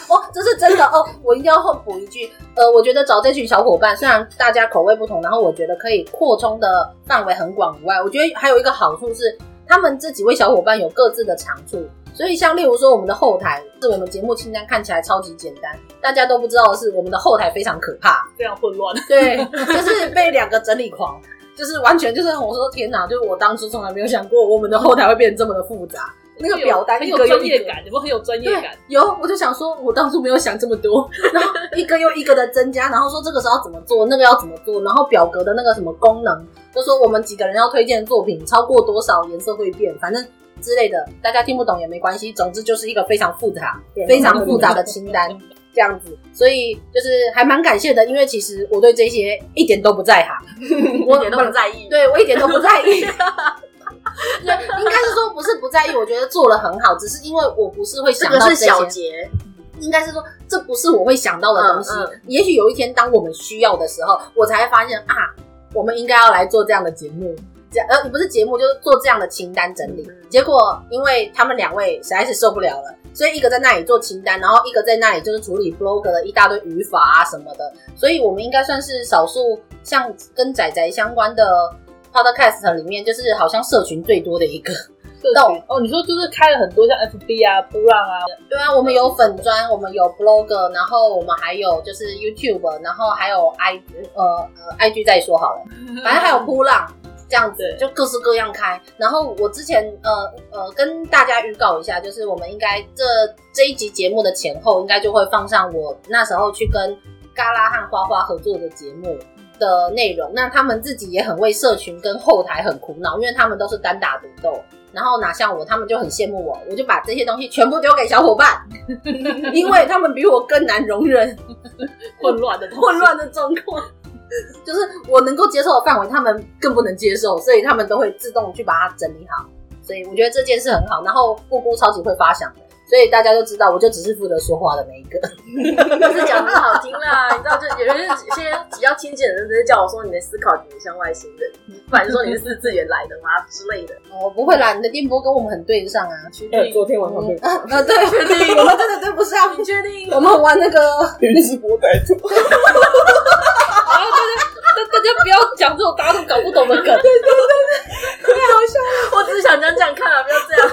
哦，这是真的哦！我一定要后补一句，呃，我觉得找这群小伙伴，虽然大家口味不同，然后我觉得可以扩充的范围很广以外，我觉得还有一个好处是，他们这几位小伙伴有各自的长处，所以像例如说我们的后台，是我们节目清单看起来超级简单，大家都不知道的是，我们的后台非常可怕。
非常混乱。
对，就是被两个整理狂，就是完全就是我说天哪，就是我当初从来没有想过我们的后台会变得这么的复杂，那个表单
很
一
有
个
专
又一
业
个。
感，有没有很有专业
对
感？，
有我就想说，我当初没有想这么多，然后一个又一个的增加，然后说这个时候要怎么做，那个要怎么做，然后表格的那个什么功能，就说我们几个人要推荐的作品超过多少颜色会变，反正之类的，大家听不懂也没关系，总之就是一个非常复杂非常复杂的清单，这样子，所以就是还蛮感谢的，因为其实我对这些一点都不在行，
我一点都不在意。
对我一点都不在意。 对，应该是说不是不在意，我觉得做了很好，只是因为我不是会
这
想
个
到
是
这些，
小节，
应该是说这不是我会想到的东西。
嗯嗯
也许有一天当我们需要的时候，我才会发现啊，我们应该要来做这样的节目，这样呃不是节目，就是做这样的清单整理。
嗯
结果因为他们两位实在是受不了了，所以一个在那里做清单，然后一个在那里就是处理 blog 的一大堆语法啊什么的，所以我们应该算是少数像跟仔仔相关的 podcast 里面，就是好像社群最多的一个。
社群
懂
哦，你说就是开了很多像 FB 啊、不让啊，
对啊，我们有粉砖，我们有 blog，然后我们还有就是 YouTube，然后还有 i 呃呃 IG 再说好了，反正还有扑浪这样子，
对
就各式各样开。然后我之前呃呃跟大家预告一下，就是我们应该这这一集节目的前后，应该就会放上我那时候去跟嘎啦和花花合作的节目。的内容，那他们自己也很为社群跟后台很苦恼，因为他们都是单打独斗，然后哪像我，他们就很羡慕我，我就把这些东西全部丢给小伙伴， 因为他们比我更难容忍
混乱的东西
混乱的状况， 就是我能够接受的范围，他们更不能接受，所以他们都会自动去把它整理好。所以我觉得这件事很好，然后姑姑超级会发想的，所以大家就知道，我就只是负责说话的那一个。
就是讲得很好听啦，你知道，就有些有些比较亲近的人直接叫我说你的思考挺像外星人，不然就说你是四次元来的嘛之类的。
哦，不会啦，你的电波跟我们很对得上啊。
哎，
呃
昨天晚上被
啊，对，确定，我们真的对不上。
你确定？
我们玩 那个
宇智波带走，
啊，大家大家不要讲这种大家都搞不懂的梗。
我只是想讲讲看啊，不要 这样。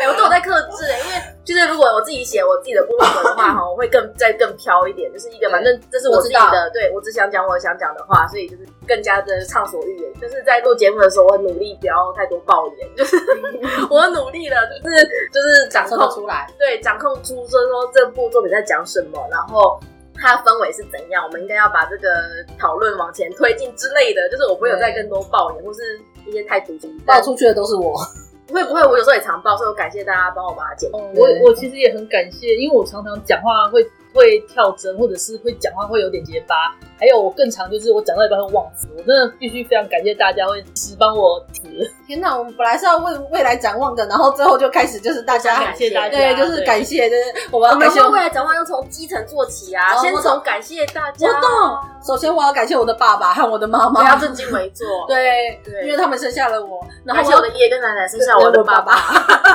哎、我都有在克制、因为就是如果我自己写我自己的部分的话，哈，我会更再更飘一点，就是一个反正这是我自己
我知
的，对我只想讲我想讲的话，所以就是更加的畅所欲言。就是在录节目的时候，我努力不要太多爆言，就是 我努力了，就是就是掌
说得
控
出来，
对掌控出就是说这部作品在讲什么，然后它的氛围是怎样，我们应该要把这个讨论往前推进之类的。就是我不会有再更多抱怨或是一些太毒鸡
爆出去的都是我。
不会不会，我有时候也常爆，所以我感谢大家帮我把它
嗯
剪掉。
我我其实也很感谢，因为我常常讲话会会跳针，或者是会讲话会有点结巴，还有我更常就是我讲到一半会忘词，我真的必须非常感谢大家会及时帮我提，
天哪，我们本来是要为未来展望的，然后最后就开始就是大家
感谢大
家
对，就是感谢，就是我们要
我们
感谢
说未来展望要从基层做起啊，
哦
先
我懂
从感谢大家，
我懂。首先我要感谢我的爸爸和我的妈
不
妈
要，正襟危坐。
对，
对
因为他们生下了我，然
而
后
且
我
我
要
的爷爷跟奶奶生下我的爸
爸，
爸，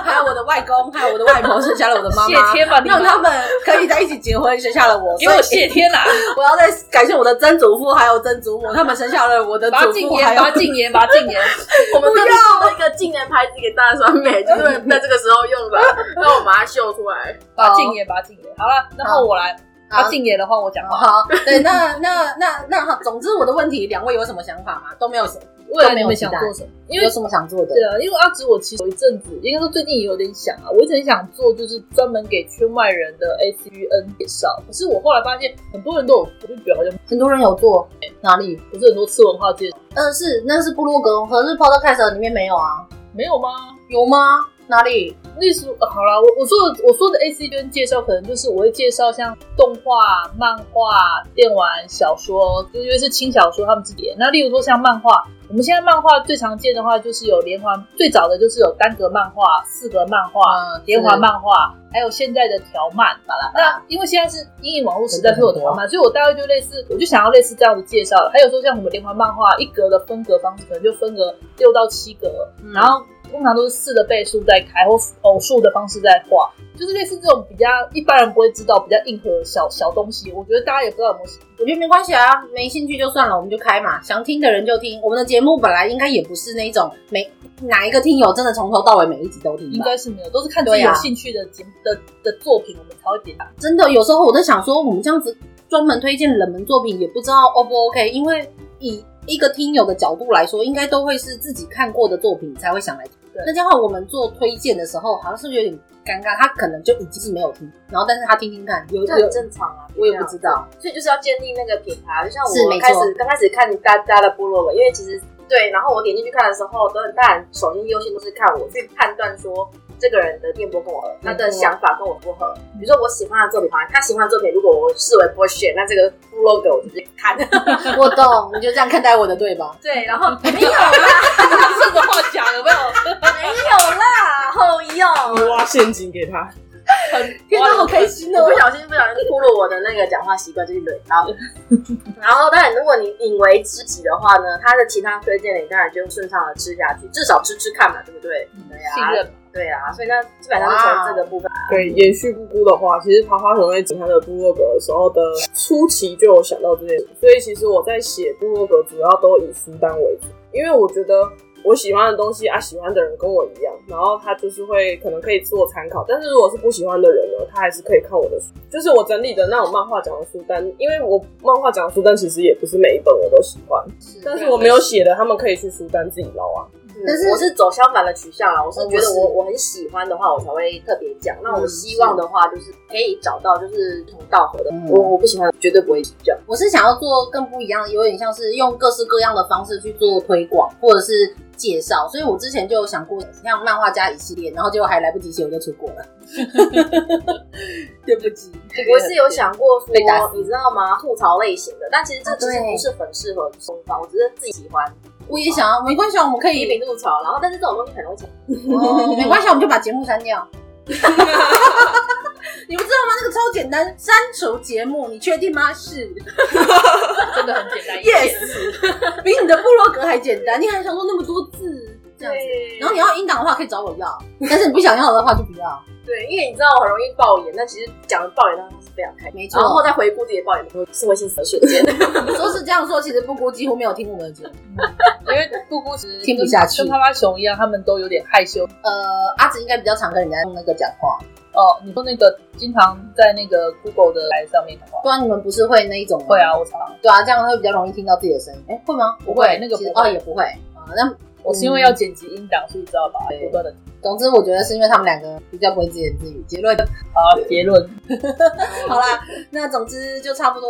还有我的外公，还有我的外婆，生下了我的妈
谢
妈。
天啊吧，你
让他们可以在一起结婚，生下了我，
给我
所以
谢 天啦，
我要再感谢我的曾祖父还有曾祖母，他们生下了我的
把它
祖
禁
父
言，
还
把它
有
禁言，把它禁言。
我们特别做一个纪念牌子给大家酸美，就是在这个时候 用的，让我把它秀出来。
把禁言，把禁言。好了，然后我来。
好
他禁言的话，我讲话。
好，对，那那那那好，总之我的问题，两位有什么想法吗？都没有什么，
未来你们想做什么？因为
有什么想做的
对？啊，因为阿紫我其实有一阵子，应该说最近也有点想啊，我一直很想做就是专门给圈外人的 S U N 介绍，可是我后来发现很多人都有，我就觉得好像
很多人有做哪里？
不是很多次文化介绍，
嗯，是那是部落格，可是 Podcast 里面没有啊？
没有吗？
有吗？哪里？
那时候、呃好啦，我我说的我说的 A C 跟介绍，可能就是我会介绍像动画、漫画、电玩、小说，就因为是轻小说他们自己的。那例如说像漫画，我们现在漫画最常见的话就是有连环，最早的就是有单格漫画、四格漫画、
嗯
连环漫画，还有现在的条漫。
巴拉巴拉
那因为现在是英影网络时代，所以有条漫，所以我大概就类似，我就想要类似这样的介绍。还有说像什么连环漫画，一格的分格方式可能就分格六到七格，
嗯
然后通常都是四的倍数在开，或偶数的方式在画，就是类似这种比较一般人不会知道、比较硬核的小小东西。我觉得大家也不知道有没有兴趣，
我觉得没关系啊，没兴趣就算了，我们就开嘛，想听的人就听。我们的节目本来应该也不是那种每哪一个听友真的从头到尾每一集都听吧，
应该是没有，都是看自己
对啊
有兴趣的节、的的作品，我们才会点它。
真的，有时候我在想说，我们这样子专门推荐冷门作品，也不知道 O 不 OK，因为以一个听友的角度来说，应该都会是自己看过的作品才会想来听
对。
那这样的话，我们做推荐的时候，好像是不是有点尴尬？他可能就已经是没有听，然后但是他听听看，有
这很
有
正常啊，
我也不知道，
所以就是要建立那个品牌，就像
是
我
没
开
错
始刚开始看大家的部落文，因为其实对，然后我点进去看的时候，都当然首先优先都是看我去判断说这个人的电波跟我合，他的想法跟我不合。比如说我喜欢的作品，好像他喜欢的作品，如果我视为 bullshit，那这个部落格我直接看。
我懂，你就这样看待我的对吧？
对，然后没有啦，
这个话讲有没有？
没有啦，后用。
我挖陷阱给他，
天哪，好开心哦
我！不小心不小心暴露我的那个讲话习惯，就是怼刀。 然后，当然，如果你引为知己的话呢，他的其他推荐你当然就顺畅的吃下去，至少吃吃看嘛，对不对？对呀、
信任嘛，
对啊，所以那基本上是从这个部分。
对，延续姑姑的话，其实爬爬熊在写他的部落格的时候的初期就有想到这件事，所以其实我在写部落格主要都以书单为主，因为我觉得我喜欢的东西啊，喜欢的人跟我一样，然后他就是会可能可以做参考，但是如果是不喜欢的人呢，他还是可以看我的书，就是我整理的那种漫画奖的书单，因为我漫画奖的书单其实也不是每一本我都喜欢，但是我没有写的，他们可以去书单自己捞啊。
但是
嗯我是走相反的取向啦，我是
哦
觉得
我是
我我很喜欢的话，我才会特别讲。那我希望的话，就是可以找到就是志同道合的。
嗯
我我不喜欢，绝对不会讲。
我是想要做更不一样，有点像是用各式各样的方式去做推广或者是介绍。所以我之前就有想过像漫画家一系列，然后结果还来不及写，我就出国了。对不起，
我是有想过说
被打，
你知道吗？吐槽类型的，但其实这
啊
其实
对
不是很适合松方，我只是自己喜欢
我也想要，没关系，啊，我们可
批
以，
评吐槽，然后但是这种东西很容易成。
哦没关系，啊，我们就把节目删 掉。你们知道吗？那个超简单，删除节目，你确定吗？是
真的很简单。
，yes，比 你的部落格还简单。你还想说那么多字这样子，
对
然后你要音档的话可以找我要，但是你不想要的话就不要。
对，因为你知道我很容易爆眼，但其实讲的爆眼当中是非常开心。
没错
然后再回顾自己的爆眼，是会心死的瞬间。
说是这样说，其实布姑几乎没有听我们的节目。
因为姑姑其实
听不
跟
下去
跟趴趴熊一样，他们都有点害羞。
呃，阿紫应该比较常跟人家用那个讲话，
哦，你说那个经常在那个 Google 的台上面讲话，
不然你们不是会那一种吗
会啊，，我常
对啊，这样会比较容易听到自己的声音。哎、会吗？
不会那个
其实
不会
哦也不会啊。那
我是因为要
嗯
剪辑音档，所以知道吧？不断的
总之，我觉得是因为他们两个比较不会自言自语。结论
好结论。
好啦，那总之就差不多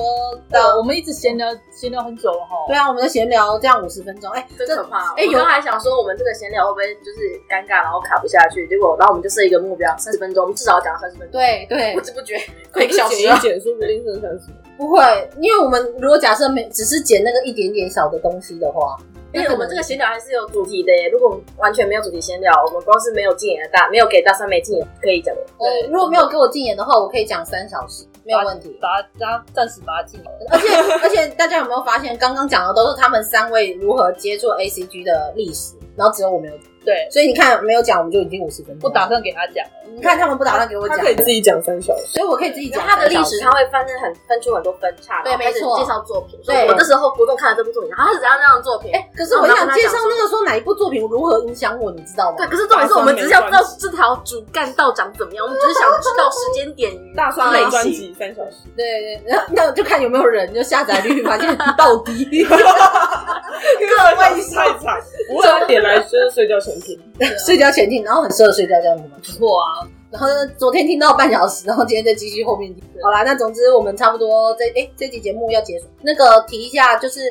对，
到。
我们一直闲聊闲聊很久了哈。
对啊，我们的闲聊这样五十分钟，哎、
真可怕！
哎
哎、
有
我刚刚还想说，我们这个闲聊会不会就是尴尬，然后卡不下去？结果，然后我们就设一个目标，三十分钟，我们至少讲三十分钟。
对对
不，知不 觉快一个小时
剪一
了。
剪，说不定剩三十。
不会，因为我们如果假设没只是剪那个一点点小的东西的话，
因为我们这个闲聊还是有主题的耶，如果我们完全没有主题闲聊，我们光是没有进眼的大，没有给大三妹进眼可以讲的。
对，如果没有给我禁言的话，我可以讲三小时，没有问题。
把它把它暂时把它禁了。
而且 而且大家有没有发现，刚刚讲的都是他们三位如何接触 A C G 的历史，然后只有我没有讲，
对，
所以你看没有讲，我们就已经五十分钟了
不打，算给他讲了。
你看他们不打算给我
他
讲，
可以自己讲三小时。
所以我可以自己
因为
讲
它的历史，
他
它会分很分出很多分叉，
对
然后开始
没错
介绍作品。
对
说我这时候国中看了这部作品，然后它是怎样那样的作品？
哎、可是我想介绍那个说哪一部作品如何影响我，你知道吗？
对，可是重点是我们只是要知道这条主干道长怎么样，我们只是想知道时间点与
大啊双
类
人专
型。
辑三小时，
对对，然后那我就看有没有人就下载率，发现到底
各位太惨，五点点来就是睡觉前听。
睡觉前听，然后很适合睡觉这样子吗？
不错啊，
然后呢，昨天听到半小时，然后今天再继续后面听。好啦，那总之我们差不多这哎、这集节目要结束。那个提一下，就是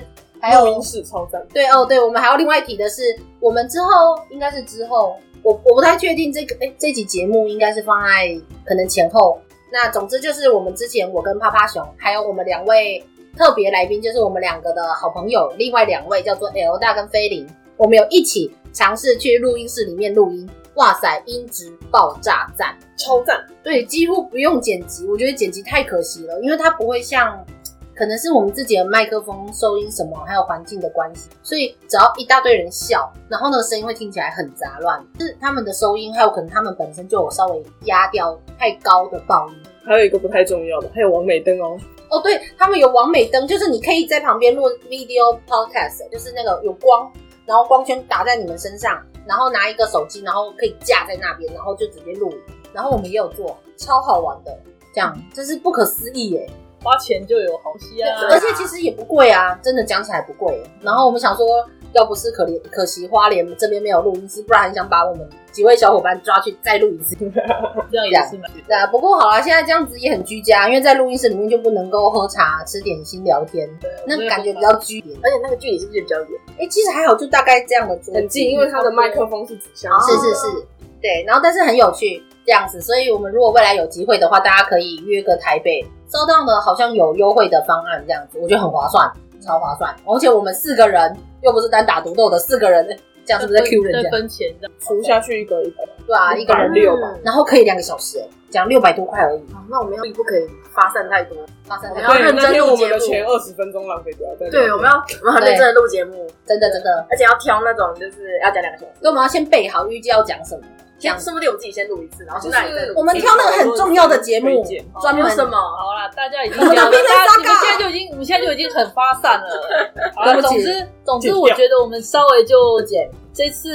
还有
录音室超赞，
对哦，对，我们还要另外提的是，我们之后应该是之后，我我不太确定这个，哎，这集节目应该是放在可能前后。那总之就是我们之前我跟趴趴熊，还有我们两位特别来宾，就是我们两个的好朋友，另外两位叫做 L 大跟菲林，我们有一起尝试去录音室里面录音，哇塞，音质爆炸赞！
超赞。
对，几乎不用剪辑，我觉得剪辑太可惜了，因为它不会像，可能是我们自己的麦克风、收音什么，还有环境的关系，所以只要一大堆人笑，然后呢声音会听起来很杂乱，就是他们的收音，还有可能他们本身就有稍微压掉太高的爆音。
还有一个不太重要的，还有王美灯哦，
哦，对他们有完美灯，就是你可以在旁边录 video podcast，就是那个有光，然后光圈打在你们身上，然后拿一个手机，然后可以架在那边，然后就直接录影。然后我们也有做，超好玩的，这样真是不可思议耶！
花钱就有好戏啊。
而且其实也不贵啊，真的讲起来不贵。然后我们想说，要不是可怜可惜花莲这边没有录音师，不然很想把我们几位小伙伴抓去再录一次。
这样也是蛮
对啊，不过好啦，现在这样子也很居家，因为在录音室里面就不能够喝茶、吃点心、聊天，那感觉比较居点。
而且那个距离是不是比较远？
哎、其实还好，就大概这样的桌子
很近，因为它的麦克风是指向
哦是是是，对，然后但是很有趣这样子，所以我们如果未来有机会的话，大家可以约个台北，收到的好像有优惠的方案这样子，我觉得很划算，超划算，而且我们四个人又不是单打独斗的，四个人这样是不是在 Q 人
对
家？
分钱这样。
除下去一个一百，
对啊，一个人
百六吧。
嗯
然后可以两个小时、哎，讲六百多块而已，
好那我们要不可以发散太多。
发散
我们要
对，
认
那
真
天
录
我
节
们的
目
前二十分钟浪费掉。
对，我们要我们很认真的录节目，
真的真的，
而且要挑那种就是要讲两个小时。
所以我们要先备好预计要讲什么，
先说不定我自己先录一次，然后现在你再
就是
录。
我们挑那个很重要的节目
推荐，
专门
有什么？
好啦，大家已 经聊了，
变成
大家你们现在
Saga
就已经，我们现在就已经很发散 了。好啦，
对不
总
起
之，总
剪
之，
掉
我觉得我们稍微就
剪
这次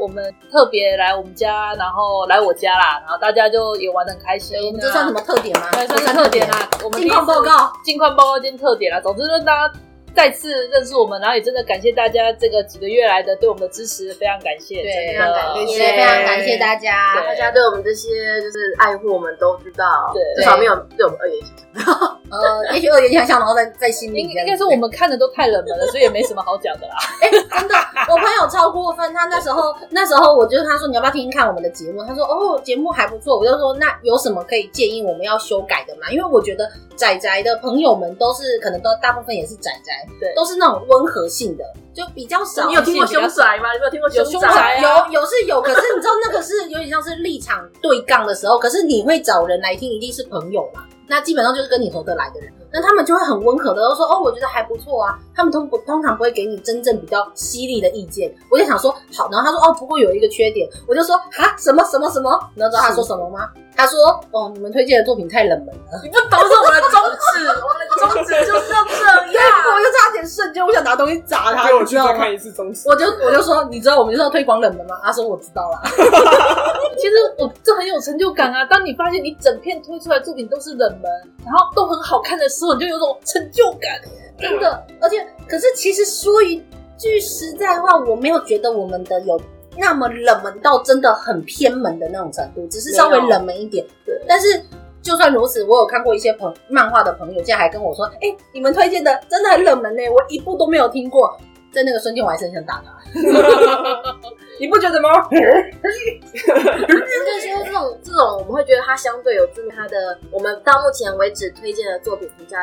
我们特别来我们家，然后来我家啦，然后大家就也玩的很开心、啊。
我们这算什么特点吗？
对，算是
这
特点。啊啦。我们
近况报告，
近况报告兼特点啦。啊总之呢，大家再次认识我们，然后也真的感谢大家这个几个月来的对我们的支持，非常感谢，
对
真的
非常感谢
也非常感谢大家
对。
大家对我们这些就是爱护，我们都知道，
对
至少没有对我们恶言相向。
呃，也许二元想象，然后在在心里
应
这样
应该说我们看的都太冷门了，所以也没什么好讲的 啦。
哎、真的，我朋友超过分。他那时候，那时候我就他说你要不要听听看我们的节目？他说哦，节目还不错。我就说那有什么可以建议我们要修改的吗？因为我觉得仔仔的朋友们都是可能都大部分也是仔仔，
对
都是那种温和性的，就比较少。
你有听过凶宅吗？你没有听过
有
凶
凶宅
宅？
啊
有有是有，可是你知道那个是有点像是立场对杠的时候，可是你会找人来听，一定是朋友嘛，那基本上就是跟你合得来的人，那他们就会很温和的都说哦，我觉得还不错啊，他们通不通常不会给你真正比较犀利的意见。我就想说好，然后他说哦，不过有一个缺点，我就说啊什么什么什么，你知道他说什么吗？他说哦，你们推荐的作品太冷门了，
你不懂是我们的宗旨，我们的宗
啊
旨就 是要这样。啊
我就差点瞬间我想拿东西砸他，
给啊我
你
去
知道
再
吗
看？一次中指。
我就我就说，你知道我们就是要推广冷门吗？他说我知道 啦。
其实我这很有成就感啊！当你发现你整片推出来的作品都是冷门，然后都很好看的时候，你就有种成就感。
真的，而且可是其实说一句实在话，我没有觉得我们的有那么冷门到真的很偏门的那种程度，只是稍微冷门一点。
对
但是就算如此，我有看过一些朋漫画的朋友，现在还跟我说：“哎、你们推荐的真的很冷门呢、我一部都没有听过。”在那个瞬间，我还是很想打他。
你不觉得吗？
就是说这种这种，我们会觉得它相对有证明它的，我们到目前为止推荐的作品评价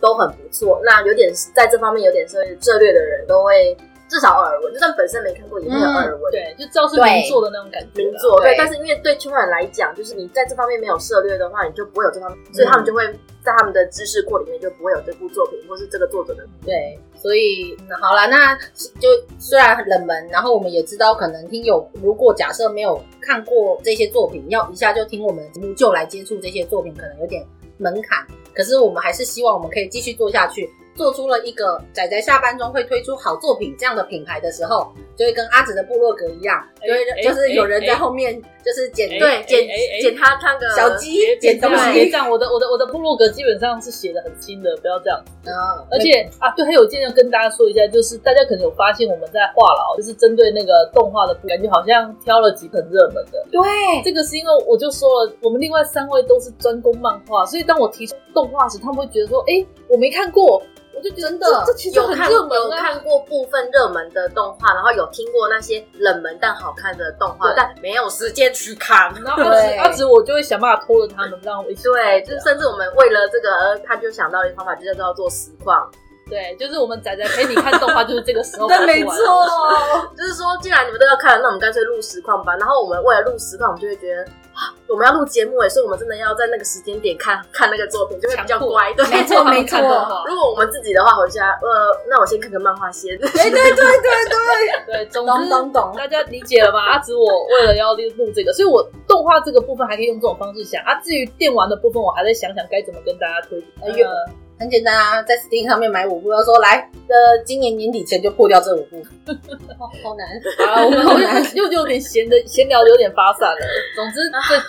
都很不错。那有点在这方面有点涉涉略的人都会至少耳闻，就算本身没看过也会有耳闻。
对，就知道是名作的那种感觉
名
啦。
作
对
对，但是因为对圈外人来讲，就是你在这方面没有涉略的话，你就不会有这方面，所以他们就会在他们的知识库里面就不会有这部作品或是这个作者的。
对，所以、嗯好啦，那就虽然很冷门，然后我们也知道，可能听友如果假设没有看过这些作品，要一下就听我们的节目就来接触这些作品，可能有点门槛。可是我们还是希望我们可以继续做下去，做出了一个仔仔下班中会推出好作品这样的品牌的时候，就会跟阿紫的部落格一样，
哎
就会、
哎
就是有人
哎
在
哎
后面就是剪、
哎
对，
哎
剪
哎哎
剪他看个
小鸡
别
剪东
别别
西
这，样，我的我的我的部落格基本上是写的很新的，不要这样。
嗯
而且啊，对，还有一件要跟大家说一下，就是大家可能有发现我们在话痨，就是针对那个动画的部分，感觉好像挑了几本热门的。
对
这个是因为我就说了，我们另外三位都是专攻漫画，所以当我提出动画时，他们会觉得说，哎，我没看过，我就觉得
真的
这这其实
有
很
看
热门
有
啊。
看过部分热门的动画，然后有听过那些冷门但好看的动画
对，
但没有时间去 看。
然后阿
对。
直阿直，我就会想办法拖着他们，让我一起
对，啊
看
就是甚至我们为了这个而，他就想到一个方法，就叫做做实况。
对，就是我们仔仔陪你看动画，就是这个时候
对，没
看
错
出来了。
就是说，既然你们都要看了，那我们干脆录实况吧。然后我们为了录实况，我们就会觉得啊，我们要录节目诶，所以我们真的要在那个时间点看 看那个作品，就会比
强
较
迫
乖。 对，
没错
他们
没错
看动画
如果我们自己的话，回家呃，那我先看个漫画先。
对对对对对，
对，总
懂
之
懂懂。
大家理解了吗？阿紫，我为了要录这个，所以我动画这个部分还可以用这种方式想啊。至于电玩的部分，我还在想想该怎么跟大家推。
哎呦很简单啊，在 Steam 上面买五部，要说来，呃，今年年底前就破掉这五部，好好难。
呃，好，我们我又又又有点闲的闲聊，有点发散了。总之，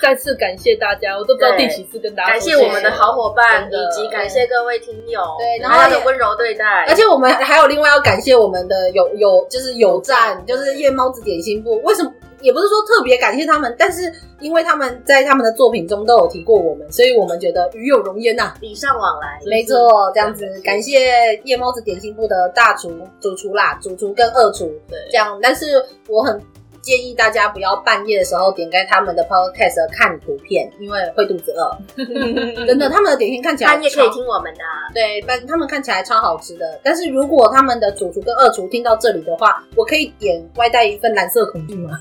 再再次感谢大家，我都不知道第
对
几次跟大家
感
说
谢我们的
谢
好伙伴，
真的
以及感谢各位听友，
对然后
大家
也
的温柔对待。
而且我们还有另外要感谢我们的有有就是有赞，就是夜猫子点心部，为什么？也不是说特别感谢他们，但是因为他们在他们的作品中都有提过我们，所以我们觉得与有荣焉呐、啊
礼尚往来，
没错，这样子感谢夜猫子点心部的大厨、主厨啦，主厨跟二厨
对
这样。但是我很建议大家不要半夜的时候点开他们的 podcast 看图片，因为会肚子饿。真的，他们的点心看起来
半夜可以
超
听我们的啊，
对，但他们看起来超好吃的。但是如果他们的主厨跟二厨听到这里的 话，我可以点外带一份蓝色恐惧吗？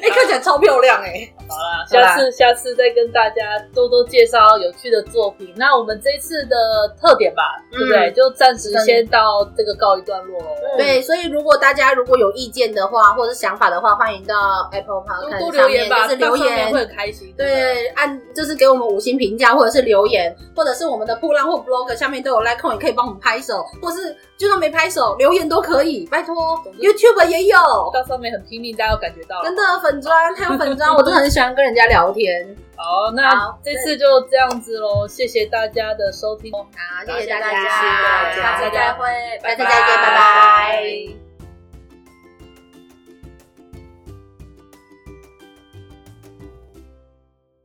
哎、哎、看起来超漂亮哎、
好啦，下次下次再跟大家多多介绍有趣的作品。那我们这一次的特点吧，对不对？就暂时先到这个告一段落喽。
对，所以如果大家如果有意见的话，或者是想法的话，欢迎到 Apple
多
Podcast
多
上
留
面
言吧，
就是留
到上面
言
会。很开心。
对，按就是给我们五星评价，或者是留言，或者是我们的破浪或 blog 下面都有 like 控，也可以帮我们拍手，或是就算没拍手，留言都可以，拜托，YouTube 也有，
到上面很拼命，大家有感觉到了。
真的粉砖，还有粉砖，我真的很喜欢跟人家聊天
好，那
好
这次就这样子喽，谢谢大家的收听。
啊，
谢
谢
谢
谢
大
大
家，
家，
谢谢大家
下次再会，
下次再
拜
见，拜拜。